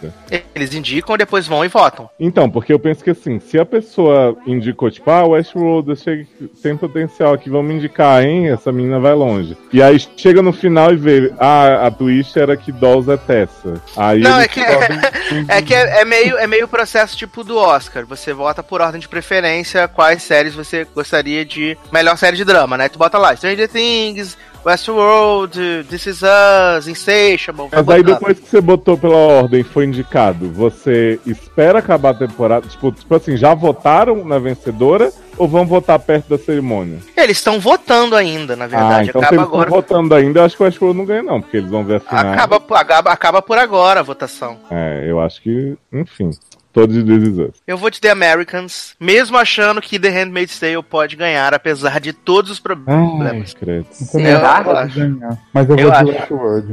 B: Eles indicam, depois vão e votam.
C: Então, porque eu penso que assim, se a pessoa indicou, tipo, ah, Westworld, eu sei que tem potencial aqui, vamos indicar, hein? Essa menina vai longe. E aí chega no final e vê, ah, a twist era que Dolls é Tessa. Aí
B: Não,
C: eles
B: é que-
C: podem-
B: É que é, é meio, é meio processo tipo do Oscar. Você vota por ordem de preferência quais séries você gostaria de. Melhor série de drama, né? Tu bota lá Stranger Things, Westworld, This Is Us, Insatiable. vai
C: Mas aí
B: botando.
C: depois que você botou pela ordem, foi indicado, você espera acabar a temporada? Tipo, tipo assim, já votaram na vencedora ou vão votar perto da cerimônia?
B: Eles estão votando ainda, na verdade.
C: ah, então se
B: acaba
C: eles estão
B: agora.
C: votando ainda, eu acho que o Westworld não ganha não, porque eles vão ver assim, a final.
B: Acaba, acaba, acaba por agora a votação.
C: É, eu acho que, enfim, todos desesos.
B: Eu vou de The Americans, mesmo achando que The Handmaid's Tale pode ganhar, apesar de todos os
C: Ai,
B: problemas.
C: credo.
E: Eu também
B: Eu
E: acho que
B: acho.
E: vai ganhar, Mas eu,
B: Eu
E: vou de
B: acho.
E: Westworld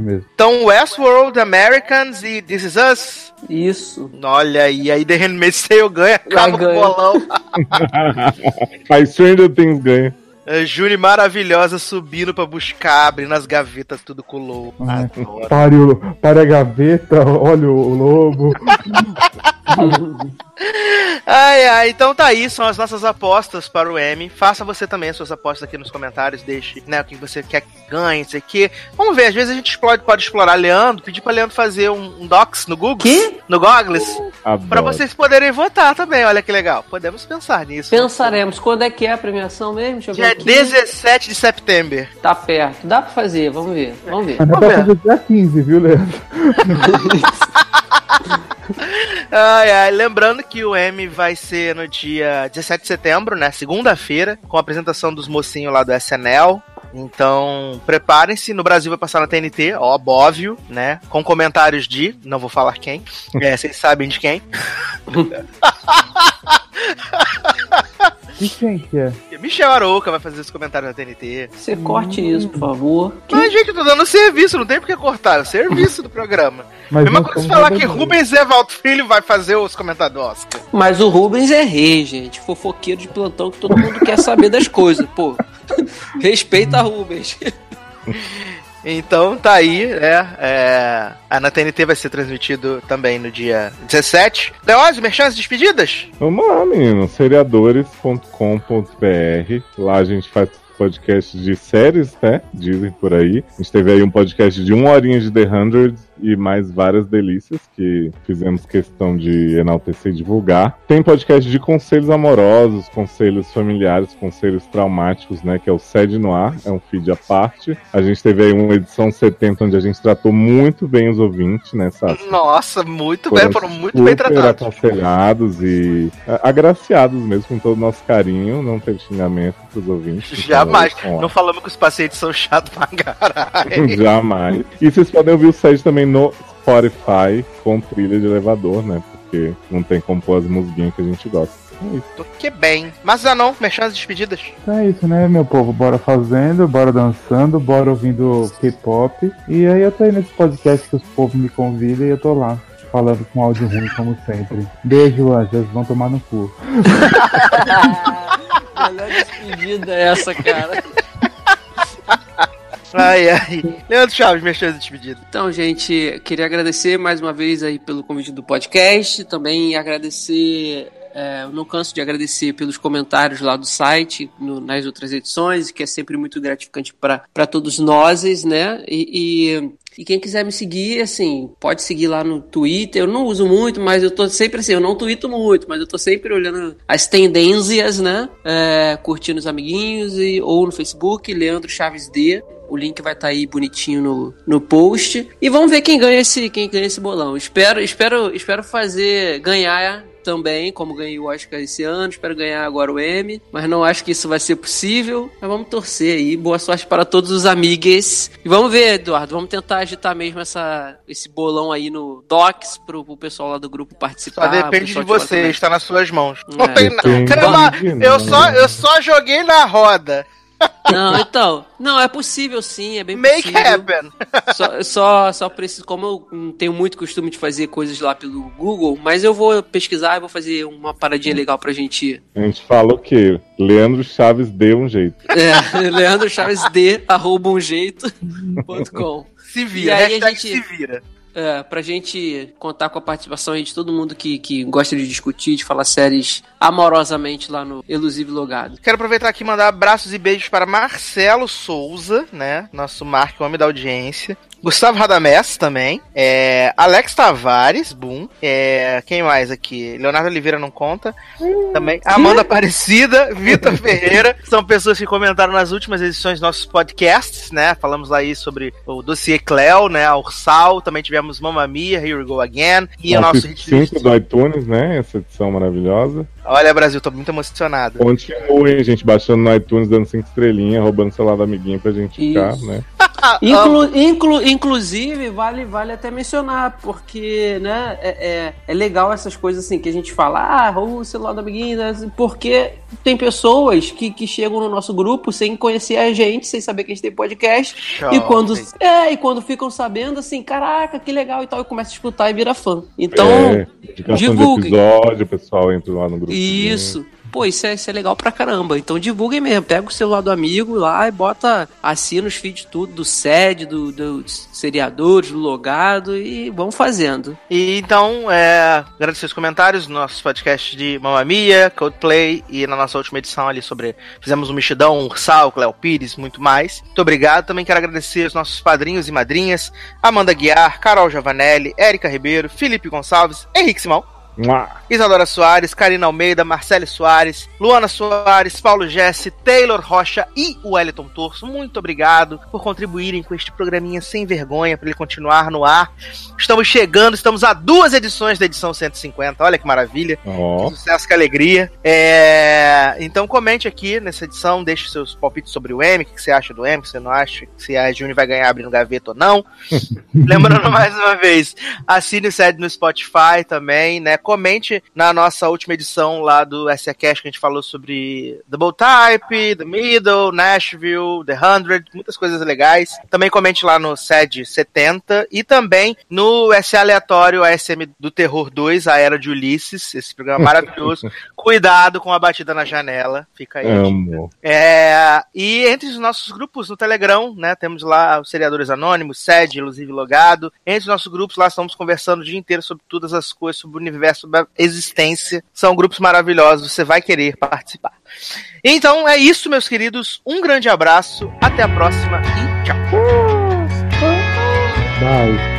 E: mesmo.
B: Então, Westworld, Americans e This Is Us.
D: Isso.
B: Olha aí, aí The Handmaid's Tale ganha, acaba com o
D: ganha.
B: bolão.
C: Aí Stranger Things ganha.
B: A Juni É, maravilhosa subindo pra buscar, abrindo as gavetas, tudo com Ah, tá o lobo.
E: Ai.
B: Adoro.
E: Pare, o, pare a gaveta, olha o lobo.
B: Ai, ai, então tá aí, são as nossas apostas para o M. Faça você também as suas apostas aqui nos comentários, deixe né, o que você quer que ganhe, isso aqui. Vamos ver, às vezes a gente explode, pode explorar Leandro, pedir pra Leandro fazer um, um docs no Google.
D: Que?
B: No Goggles,
C: Adoro.
B: pra vocês poderem votar também, olha que legal. Podemos pensar nisso.
D: Pensaremos. Quando é que é a premiação mesmo? Deixa eu ver
B: Dia
D: aqui.
B: 17 de setembro.
D: Tá perto. Dá pra fazer, vamos ver. Vamos ver.
E: Mas não
B: Ô,
E: dá pra
B: Beto.
E: fazer dia 15, viu, Leandro?
B: Ai, ai, lembrando que o M vai ser no dia 17 de setembro, né? Segunda-feira, com a apresentação dos mocinhos lá do SNL. Então, preparem-se. No Brasil vai passar na TNT, ó, óbvio, né? Com comentários de. Não vou falar quem. É, vocês sabem de quem.
E: E quem que é?
B: Michel Arouca vai fazer os comentários na TNT.
D: Você corte isso, por favor.
B: Mas, gente, eu tô dando serviço, não tem por que cortar. É o serviço do programa.
E: Mas um
B: Mesma
E: nós
B: coisa se
E: somos
B: falar que
E: jogadores.
B: Rubens Evaldo Filho vai fazer os comentários do Oscar.
D: Mas o Rubens é rei, gente. Fofoqueiro de plantão que todo mundo quer saber das coisas, pô. Respeita a Rubens.
B: Então tá aí, né? É, a na TNT vai ser transmitido também no dia 17. Leózio, merchandising despedidas?
C: Vamos lá, menino. Seriadores.com.br. Lá a gente faz podcasts de séries, né? Dizem por aí. A gente teve aí um podcast de uma horinha de The Hundred e mais várias delícias que fizemos questão de enaltecer e divulgar. Tem podcast de conselhos amorosos, conselhos familiares, conselhos traumáticos, né? Que é o Sede no Ar, é um feed à parte. A gente teve aí uma edição 70 onde a gente tratou muito bem os ouvintes, né, Sassi?
B: Nossa, muito bem, foram muito bem
C: super
B: tratados.
C: aconselhados e a- agraciados mesmo com todo o nosso carinho. Não teve xingamento pros ouvintes.
B: Jamais.
C: Então,
B: Não é, falamos que os pacientes são chatos pra caralho.
C: Jamais. E vocês podem ouvir o site também no Spotify com trilha de elevador, né? Porque não tem como pôr as musguinhas que a gente gosta. É isso.
B: Tô Que bem. Mas já não, mexendo as despedidas.
E: Então é isso, né, meu povo? Bora fazendo, bora dançando, bora ouvindo K-pop. E aí eu tô aí nesse podcast que os povos me convidam e eu tô lá, falando com áudio ruim, como sempre. Beijo, anjos, vão tomar no cu.
D: Melhor despedida é essa, cara.
B: Ai, ai. Leandro Chaves, mexendo as despedidas.
D: Então, gente, queria agradecer mais uma vez aí pelo convite do podcast, também agradecer, é, eu não canso de agradecer pelos comentários lá do site, no- nas outras edições, que é sempre muito gratificante para todos nós, né? E, e- e quem quiser me seguir, assim, pode seguir lá no Twitter. Eu não uso muito, mas eu tô sempre assim, eu não twito muito, mas eu tô sempre olhando as tendências, né? É, curtindo os amiguinhos e, ou no Facebook, Leandro Chaves D. O link vai estar aí bonitinho no, no post. E vamos ver quem ganha esse, quem ganha esse bolão. Espero, espero, espero fazer ganhar também, como ganhei o Oscar esse ano, espero ganhar agora o M, mas não acho que isso vai ser possível. Mas vamos torcer aí. Boa sorte para todos os amigues. E vamos ver, Eduardo, vamos tentar agitar mesmo essa, esse bolão aí no Docs pro, pro pessoal lá do grupo
B: Só
D: participar.
B: depende de tá?
D: o Ah, pessoal te
B: você, está nas suas mãos. Não
D: É.
B: tem nada.
C: Depende
B: Crema,
C: de
B: eu
C: nós.
B: só, eu só joguei na roda.
D: mandar. Não, então, não, é possível sim, é bem
B: Make
D: possível.
B: happen.
D: Só, só, só preciso, como eu não tenho muito costume de fazer coisas lá pelo Google, mas eu vou pesquisar e vou fazer uma paradinha legal pra gente.
C: A gente fala o quê? Leandro Chaves deu um jeito.
D: É, Leandro Chaves D, arroba um jeito, ponto com.
B: Se
D: E
B: vira,
D: aí a
B: hashtag
D: gente-
B: se vira.
D: É, pra gente contar com a participação aí de todo mundo que, que gosta de discutir, de falar séries amorosamente lá no Elusive Logado.
B: Quero aproveitar aqui e mandar abraços e beijos para Marcelo Souza, né? Nosso Mark, o homem da audiência. Gustavo Radamés também. É, Alex Tavares, boom. É, quem mais aqui? Leonardo Oliveira não conta. Também. Amanda Aparecida, Vitor Ferreira. São pessoas que comentaram nas últimas edições dos nossos podcasts, né? Falamos aí sobre o dossiê Cleo, né? A Ursal. Também tivemos Mamma Mia, Here We Go Again.
C: Ah,
B: E o nosso hit list.
C: cinco do iTunes, né? Essa edição maravilhosa.
B: Olha, Brasil, tô muito emocionado.
C: Continuem, gente, baixando no iTunes, dando cinco estrelinhas, roubando o celular da amiguinha pra gente ficar,
D: Isso.
C: né?
D: Ah, Inclu- inclu- inclusive, vale, vale até mencionar, porque né, é, é, é legal essas coisas assim que a gente fala, ah, rouba o celular do amiguinho, né, porque tem pessoas que, que chegam no nosso grupo sem conhecer a gente, sem saber que a gente tem podcast, e quando, é, e quando ficam sabendo, assim, caraca, que legal e tal, e começa a escutar e vira fã. Então,
C: é, indicação
D: divulguem.
C: de episódio, o pessoal entra lá no grupo. né?
D: isso. Pô, isso é, isso é legal pra caramba. Então divulguem mesmo. Pega o celular do amigo lá e bota, assina os feeds tudo, do SED, do, do- dos seriadores, do logado e vão fazendo.
B: E então, é, agradecer os comentários nos nossos podcasts de Mamma Mia, Coldplay e na nossa última edição ali sobre. Fizemos um mexidão, um Ursal, Cléo Pires, muito mais. Muito obrigado. Também quero agradecer os nossos padrinhos e madrinhas: Amanda Guiar, Carol Javanelli, Érica Ribeiro, Felipe Gonçalves, Henrique Simão.
C: Mua!
B: Isadora Soares, Karina Almeida, Marcele Soares, Luana Soares, Paulo Jesse, Taylor Rocha e o Wellington Torso, muito obrigado por contribuírem com este programinha sem vergonha para ele continuar no ar. Estamos chegando, estamos a duas edições da edição 150, olha que maravilha.
C: Ó.
B: Que sucesso, que alegria. É, Então comente aqui nessa edição, deixe seus palpites sobre o M, o que você acha do M, o que você não acha, se a Juni vai ganhar abrindo gaveta ou não. Lembrando mais uma vez, assine o sede no Spotify também, né? Comente na nossa última edição lá do SACast que a gente falou sobre Double Type, The Middle, Nashville, The Hundred, muitas coisas legais. Também comente lá no sede 70 e também no SA Aleatório ASM do Terror 2, A Era de Ulisses, esse programa é maravilhoso. Cuidado com a batida na janela, fica aí. a dica.
C: Amo.
B: É, e entre os nossos grupos no Telegram, né? Temos lá os Seriadores Anônimos, sede, inclusive logado. Entre os nossos grupos lá estamos conversando o dia inteiro sobre todas as coisas, sobre o universo sobre a existência. São grupos maravilhosos, você vai querer participar. Então é isso, meus queridos. Um grande abraço, até a próxima e tchau.
E: Bye.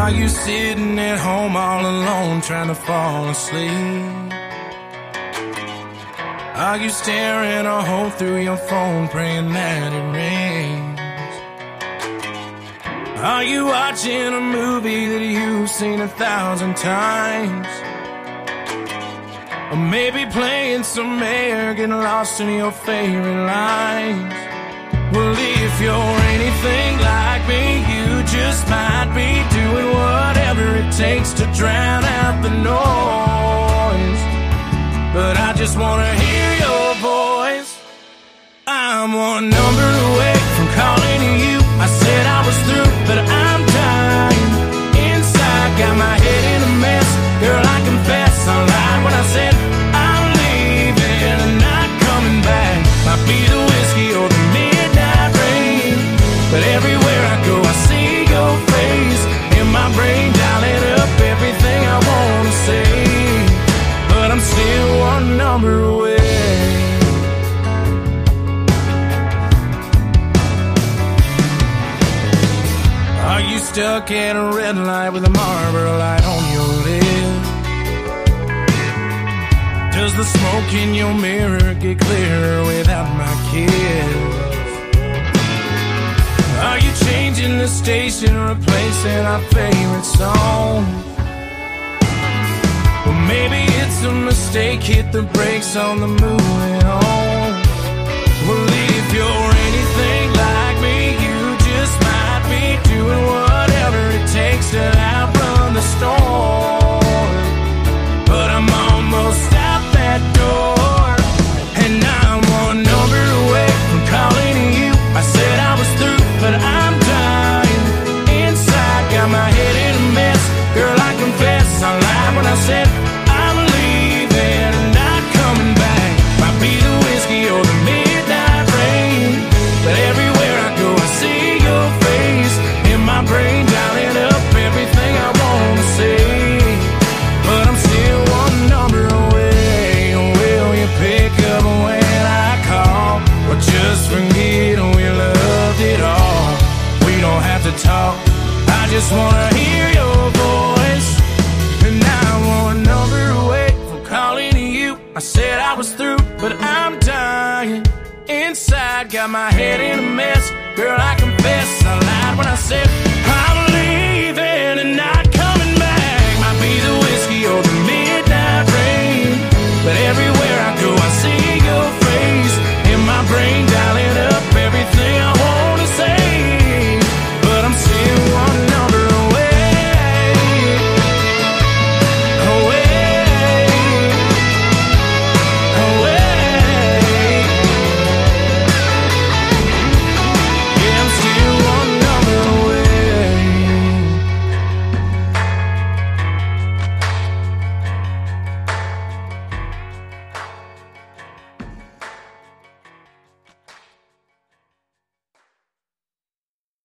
A: Are you sitting at home all alone trying to fall asleep? Are you staring a hole through your phone praying that it rains? Are you watching a movie that you've seen a thousand times? Or maybe playing some air, getting lost in your favorite lines? Well, if you're anything like me, you just might be doing whatever it takes to drown out the noise. But I just wanna hear your voice. I'm one number away from calling you. I said I was through, but I'm dying inside. Got my head in a mess, girl. I confess I lied when I said I'm leaving and not coming back. Might be the whiskey or the midnight rain, but everywhere I go, I see your face in my brain, dialing up everything I wanna say. But I'm still one number away. Are you stuck at a red light with a Marlboro light on your lip? Does the smoke in your mirror get clearer without my kiss? Are you changing the station, replacing our favorite song? Well, maybe it's a mistake, hit the brakes on the moving on. Well, if you're anything like me, you just might be doing whatever it takes to outrun the storm. But I'm almost out that door, and I'm one number away from calling you. I said I was through, but I'm dying inside. Got my head in a mess, girl. I confess I lied when I said. I'm leaving and not coming back. Might be the whiskey or the midnight rain, but everywhere I go, I see your face in my brain, dialing up everything I wanna say. But I'm still one number away. Will you pick up when I call, or just forget we loved it all? We don't have to talk. I just wanna hear your voice. And I'm one number away from calling you. I said I was through, but I'm dying inside. Got my head in a mess. Girl, I confess I lied when I said